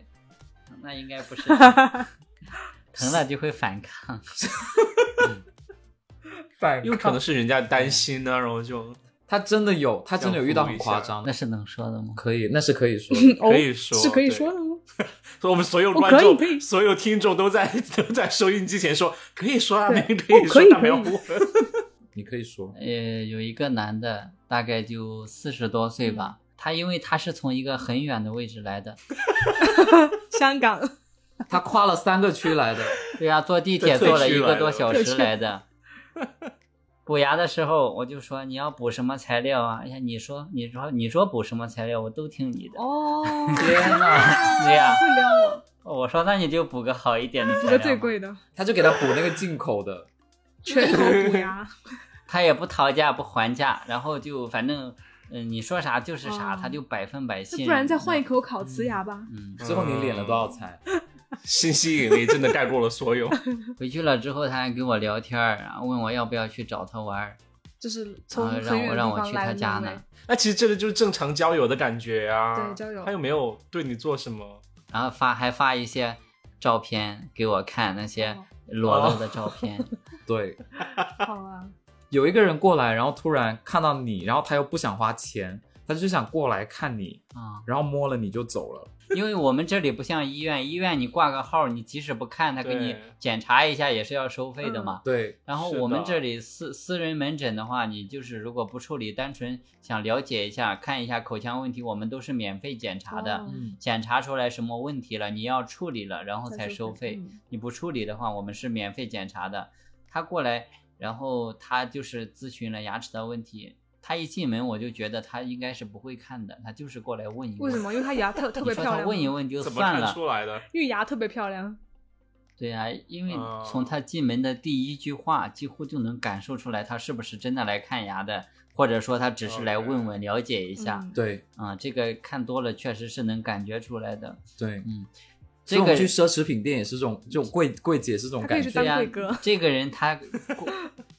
Speaker 4: 那应该不 是疼了就会反抗，
Speaker 1: 反
Speaker 2: 有可能是人家担心呢，然后就
Speaker 3: 哦
Speaker 1: 他真的有，他真的有遇到很夸张
Speaker 4: 那
Speaker 1: 的，
Speaker 4: 是能说的吗？
Speaker 1: 可以，那是可以说的。
Speaker 2: 可
Speaker 3: 哦
Speaker 2: 以说
Speaker 3: 是可以
Speaker 2: 对
Speaker 3: 说的吗？
Speaker 2: 所以我们所有
Speaker 3: 哦
Speaker 2: 观众
Speaker 3: 可以可以、
Speaker 2: 所有听众都在 都在收音机前说可以说啊，
Speaker 3: 对
Speaker 2: 你可以
Speaker 3: 哦可
Speaker 2: 说
Speaker 3: 以，
Speaker 2: 但不要
Speaker 3: 可以
Speaker 2: 问。
Speaker 1: 你可以说，
Speaker 4: 呃，有一个男的，大概就四十多岁吧，他因为他是从一个很远的位置来的，
Speaker 3: 香港，
Speaker 1: 他跨了三个区来的，
Speaker 4: 对呀、坐地铁
Speaker 2: 这退
Speaker 4: 坐了
Speaker 2: 区
Speaker 4: 一
Speaker 2: 来
Speaker 4: 个
Speaker 2: 的
Speaker 4: 多小
Speaker 3: 退
Speaker 4: 时
Speaker 3: 区
Speaker 4: 来的。 补牙的时候，我就说你要补什么材料啊？哎呀，你说你说你说补什么材料，我都听你的。
Speaker 3: 哦，
Speaker 4: 天哪， 对呀、
Speaker 3: 会撩我，
Speaker 4: 我说那你就补个好一点的材
Speaker 3: 这
Speaker 4: 料
Speaker 3: 个
Speaker 4: 嘛。
Speaker 3: 最贵的，
Speaker 1: 他就给他补那个进口的，
Speaker 3: 全头补 牙，
Speaker 4: 他也不讨价不还价，然后就反正嗯你说啥就是啥，
Speaker 3: 哦
Speaker 4: 他就百分百
Speaker 3: 那
Speaker 4: 信。
Speaker 3: 不然再换一。口烤瓷牙吧。
Speaker 4: 嗯，
Speaker 1: 最后你敛了多少财？
Speaker 2: 新吸引力真的盖过了所 有。
Speaker 4: 回去了之后他还跟我聊天儿，然后问我要不要去找他玩儿，
Speaker 3: 就是从
Speaker 4: 然后
Speaker 3: 很
Speaker 4: 让
Speaker 3: 远的
Speaker 4: 我啊让
Speaker 3: 地
Speaker 4: 我
Speaker 3: 方
Speaker 4: 去
Speaker 3: 来
Speaker 4: 他
Speaker 3: 的
Speaker 4: 家
Speaker 3: 那
Speaker 4: 呢
Speaker 3: 位。。
Speaker 2: 那其实这个就是正常交友的感觉啊，
Speaker 3: 对交友
Speaker 2: 他又没有对你做什么，
Speaker 4: 然后发还发一些照片给我看，那些
Speaker 3: 哦
Speaker 4: 裸露的
Speaker 2: 哦
Speaker 4: 照片。
Speaker 1: 对，
Speaker 3: 好啊，
Speaker 1: 有一个人过来，然后突然看到你，然后他又不想花钱，他就想过来看你，
Speaker 4: 啊、
Speaker 1: 然后摸了你就走了。
Speaker 4: 因为我们这里不像医院，医院你挂个号，你即使不看，他给
Speaker 2: 对
Speaker 4: 你
Speaker 2: 嗯
Speaker 4: 检查一下也是要收费的嘛。
Speaker 1: 对，
Speaker 4: 然后
Speaker 2: 是
Speaker 4: 我们
Speaker 2: 的
Speaker 4: 这里私私人门诊的话，你就是如果不处理，单纯想了解一下、看一下口腔问题，我们都是免费检查的。
Speaker 3: 哦
Speaker 1: 嗯，
Speaker 4: 检查出来什么问题了，你要处理了，然后才收费。
Speaker 3: 嗯
Speaker 4: 你不处理的话，我们是免费检查的。他过来，然后他就是咨询了牙齿的问题。他一进门我就觉得他应该是不会看的，他就是过来问一问。
Speaker 3: 为什么？因为他牙特特
Speaker 4: 你
Speaker 3: 别
Speaker 4: 说
Speaker 3: 漂
Speaker 4: 他
Speaker 3: 亮，啊
Speaker 4: 问一，问就
Speaker 2: 怎么
Speaker 4: 算
Speaker 2: 看
Speaker 4: 了，
Speaker 2: 出来的？
Speaker 3: 因为牙特别漂亮。啊
Speaker 4: 对呀、因为
Speaker 2: 哦
Speaker 4: 从他进门的第一句话，几乎就能感受出来他是不是真的来看牙的，或者说他只是来
Speaker 2: OK
Speaker 4: 问问了解一下。
Speaker 3: 嗯
Speaker 1: 对
Speaker 4: 啊、这个看多了确实是能感觉出来的。
Speaker 1: 对，所
Speaker 4: 这
Speaker 1: 以我
Speaker 4: 个
Speaker 1: 们去奢侈品店也是这种这种柜柜姐是这种
Speaker 3: 他可
Speaker 1: 感
Speaker 3: 以
Speaker 1: 觉哎
Speaker 3: 去。当
Speaker 4: 对呀
Speaker 3: 贵哥。
Speaker 4: 这个人他 过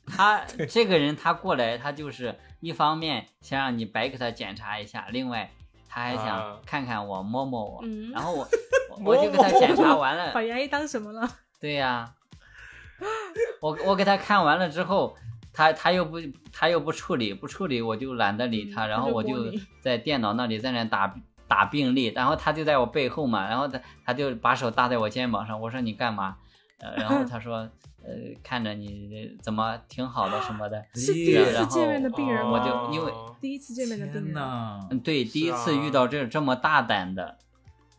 Speaker 4: 他这个人他过来，他就是一方面想让你白给他检查一下，另外他还
Speaker 2: 啊
Speaker 4: 想看看我摸摸我，
Speaker 3: 嗯
Speaker 4: 然后我我
Speaker 2: 摸
Speaker 4: 我就给他
Speaker 2: 摸
Speaker 4: 检查完了，
Speaker 3: 把牙医当什么了？
Speaker 4: 对呀、我我给他看完了之后，他他又不他又不处理，不处理我就懒得理他，
Speaker 3: 嗯
Speaker 4: 然后我
Speaker 3: 他就摸
Speaker 4: 就
Speaker 3: 你
Speaker 4: 在电脑那里在那打打病历，然后他就在我背后嘛，然后他他就把手搭在我肩膀上，我说你干嘛？呃，然后他说，呃，看着你呃怎么挺好的什么的，
Speaker 3: 是第
Speaker 1: 对呀
Speaker 3: 一次
Speaker 4: 哎然
Speaker 3: 见
Speaker 4: 后
Speaker 3: 面的病人
Speaker 4: 我
Speaker 3: 吗？
Speaker 4: 就因为
Speaker 2: 哦
Speaker 3: 第一次见面的病
Speaker 1: 天
Speaker 3: 人，
Speaker 1: 呐，
Speaker 4: 嗯，对，第一
Speaker 2: 是
Speaker 4: 次
Speaker 2: 啊
Speaker 4: 遇到这这么大胆的，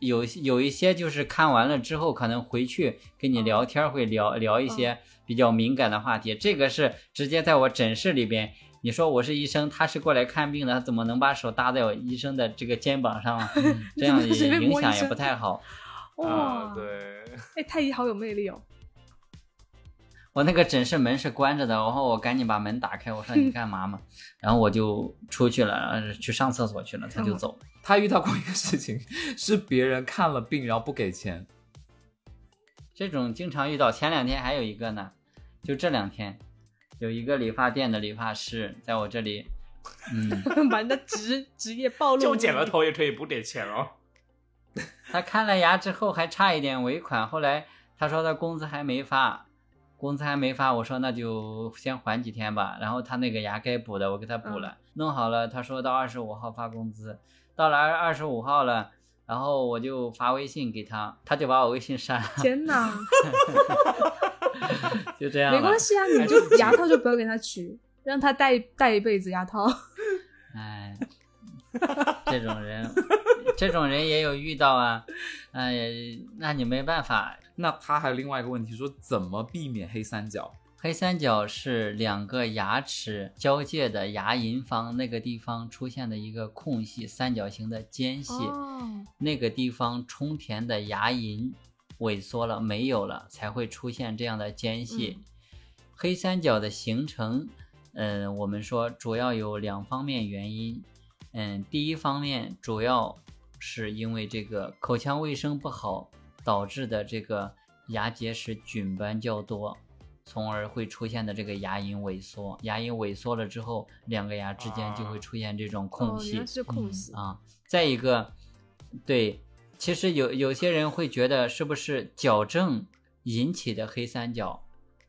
Speaker 4: 有一些有一些就是看完了之后，可能回去跟你聊天儿会聊聊
Speaker 3: 嗯
Speaker 4: 一些比较敏感的话题。这个是直接在我诊室里边，你说我是医生，他是过来看病的，他怎么能把手搭在我医生的这个肩膀 上啊？这样也
Speaker 3: 随便
Speaker 4: 影
Speaker 3: 摸医
Speaker 4: 响也
Speaker 3: 生
Speaker 4: 不太好。
Speaker 3: 哇
Speaker 2: 啊，，对，
Speaker 3: 哎，太医好有魅力哦。
Speaker 4: 我那个诊室门是关着的，然后我赶紧把门打开，我说你干嘛嘛？然后我就出去了，然后去上厕所去了，他就
Speaker 3: 嗯
Speaker 4: 走了。
Speaker 1: 他遇到过一个事情， 是别人看了病然后不给钱，
Speaker 4: 这种经常遇到。前两天还有一个呢，就这两天有一个理发店的理发师在我这里，嗯，
Speaker 3: 把人的职职业暴露，
Speaker 2: 就剪了。头也可以不给钱哦。
Speaker 4: 他看了牙之后还差一点尾款，后来他说他工资还没发，工资还没发，我说那就先缓几天吧。然后他那个牙该补的我给他补
Speaker 3: 嗯
Speaker 4: 了，弄好了，他说到二十五号发工资，到了二二十五号了，然后我就发微信给他，他就把我微信删了，
Speaker 3: 天哪，
Speaker 4: 就这样了。
Speaker 3: 没关系啊，你就牙套就不要给他取，让他戴戴一辈子牙套。
Speaker 4: 哎，这种人，这种人也有遇到啊。哎，那你没办法。
Speaker 1: 那他还有另外一个问题，说怎么避免黑三角？
Speaker 4: 黑三角是两个牙齿交界的牙龈房那个地方出现的一个空隙，三角形的间隙，
Speaker 3: 哦
Speaker 4: 那个地方充填的牙龈萎缩了，没有了，才会出现这样的间隙。黑三角的形成，嗯、我们说主要有两方面原因。嗯，第一方面主要是因为这个口腔卫生不好导致的这个牙结石菌斑较多，从而会出现的这个牙龈萎缩。牙龈萎缩了之后，两个牙之间就会
Speaker 2: 啊
Speaker 4: 出现这种空
Speaker 3: 哦，
Speaker 4: 隙。
Speaker 3: 原来是空隙。
Speaker 4: 啊。再一个，对，其实有有些人会觉得是不是矫正引起的黑三角，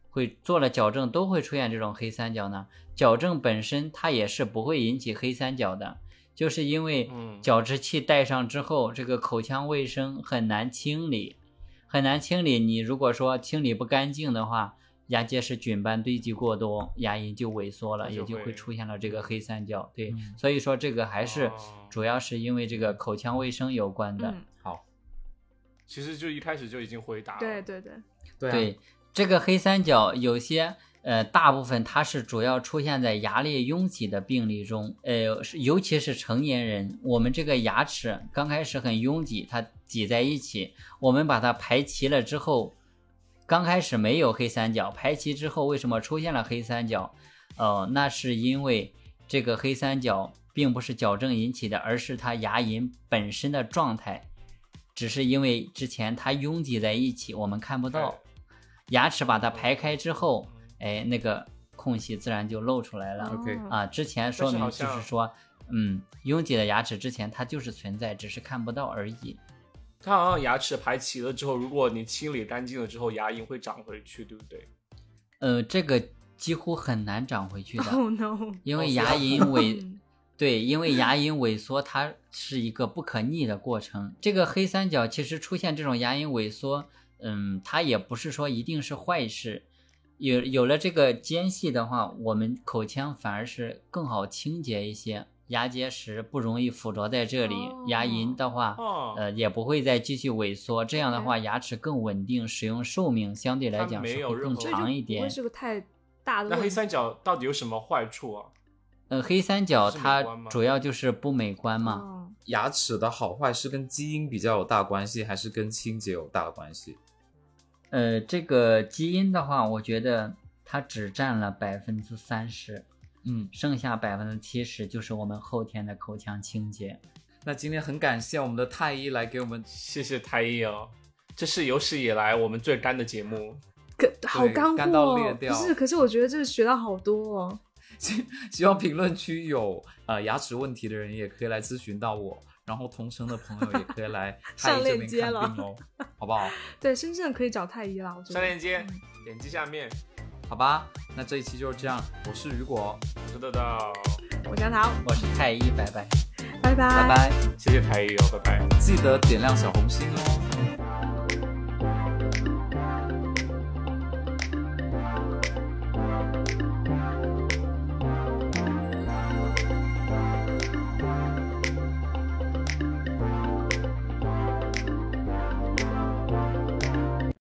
Speaker 4: 会做了矫正都会出现这种黑三角呢？矫正本身它也是不会引起黑三角的，就是因为
Speaker 2: 嗯
Speaker 4: 矫治器戴上之后，这个口腔卫生很难清理，很难清理。你如果说清理不干净的话，牙结石菌斑堆积过多，牙龈就萎缩了，
Speaker 2: 它
Speaker 4: 也
Speaker 2: 就
Speaker 4: 就
Speaker 2: 会
Speaker 4: 会出现了这个黑三角。对，
Speaker 1: 嗯
Speaker 4: 所以说这个还是
Speaker 2: 哦
Speaker 4: 主要是因为这个口腔卫生有关的。
Speaker 3: 嗯，
Speaker 2: 其实就一开始就已经回答了。
Speaker 3: 对对对，
Speaker 1: 对啊，
Speaker 4: 对，这个黑三角有些呃，大部分它是主要出现在牙列拥挤的病例中，呃，是尤其是成年人，我们这个牙齿刚开始很拥挤，它挤在一起，我们把它排齐了之后，刚开始没有黑三角，排齐之后为什么出现了黑三角？呃，那是因为这个黑三角并不是矫正引起的，而是它牙龈本身的状态，只是因为之前它拥挤在一起，我们看不到，牙齿把它排开之后，哎，那个空隙自然就露出来了。
Speaker 1: OK
Speaker 3: 哦
Speaker 4: 啊，之前说明
Speaker 2: 但是
Speaker 4: 就
Speaker 2: 好像
Speaker 4: 是说，嗯，拥挤的牙齿之前它就是存在，只是看不到而已。
Speaker 2: 它好像牙齿排齐了之后，如果你清理干净了之后，牙龈会长回去，对不对？
Speaker 4: 呃，这个几乎很难长回去的，
Speaker 3: Oh no！
Speaker 4: 因为
Speaker 2: 哦
Speaker 4: 牙龈 萎
Speaker 3: 嗯，
Speaker 4: 对，因为牙龈萎缩，它是一个不可逆的过程。这个黑三角其实出现这种牙龈萎缩，嗯，它也不是说一定是坏事。有有了这个间隙的话，我们口腔反而是更好清洁一些，牙结石不容易附着在这里，牙龈的话，
Speaker 2: 哦，
Speaker 4: 呃，也不会再继续萎缩。这样的
Speaker 3: OK
Speaker 4: 话，牙齿更稳定，使用寿命相对来
Speaker 2: 它
Speaker 4: 讲
Speaker 2: 没
Speaker 4: 是
Speaker 2: 有
Speaker 4: 会
Speaker 2: 任
Speaker 4: 更
Speaker 2: 何
Speaker 3: 这
Speaker 2: 所以
Speaker 3: 就
Speaker 4: 长一
Speaker 3: 不
Speaker 4: 点
Speaker 3: 会。是个太大的
Speaker 2: 那黑
Speaker 3: 问题。
Speaker 2: 三角到底有什么坏处啊？
Speaker 4: 呃，黑三角
Speaker 2: 是美
Speaker 4: 它
Speaker 2: 观吗
Speaker 4: 主要就是不美观嘛。
Speaker 3: 哦
Speaker 1: 牙齿的好坏是跟基因比较有大关系，还是跟清洁有大关系？
Speaker 4: 呃，这个基因的话，我觉得它只占了百分之三十，
Speaker 1: 嗯，
Speaker 4: 剩下百分之七十就是我们后天的口腔清洁。
Speaker 1: 那今天很感谢我们的太医来给我们
Speaker 2: 谢谢太医哦，这是有史以来我们最干的节目。
Speaker 3: 可好干货、
Speaker 1: 干到裂
Speaker 3: 哦，
Speaker 1: 掉
Speaker 3: 不是？可是我觉得这学到好多哦。
Speaker 1: 希希望评论区有呃牙齿问题的人也可以来咨询到我，然后同城的朋友也可以 来太
Speaker 3: 上
Speaker 1: 医这
Speaker 3: 链
Speaker 1: 边
Speaker 3: 接
Speaker 1: 看
Speaker 3: 了
Speaker 1: 病 哦，好不好？
Speaker 3: 对，深圳可以找太医啦，我觉得。
Speaker 2: 上链接，点击下面，
Speaker 1: 好吧，那这一期就是这样，我是雨果，
Speaker 2: 我是豆豆，
Speaker 3: 我想桃，
Speaker 4: 我是太医，拜拜，
Speaker 3: 拜
Speaker 4: 拜拜。
Speaker 2: 谢谢台友，拜拜。
Speaker 1: 记得点亮小红心哦。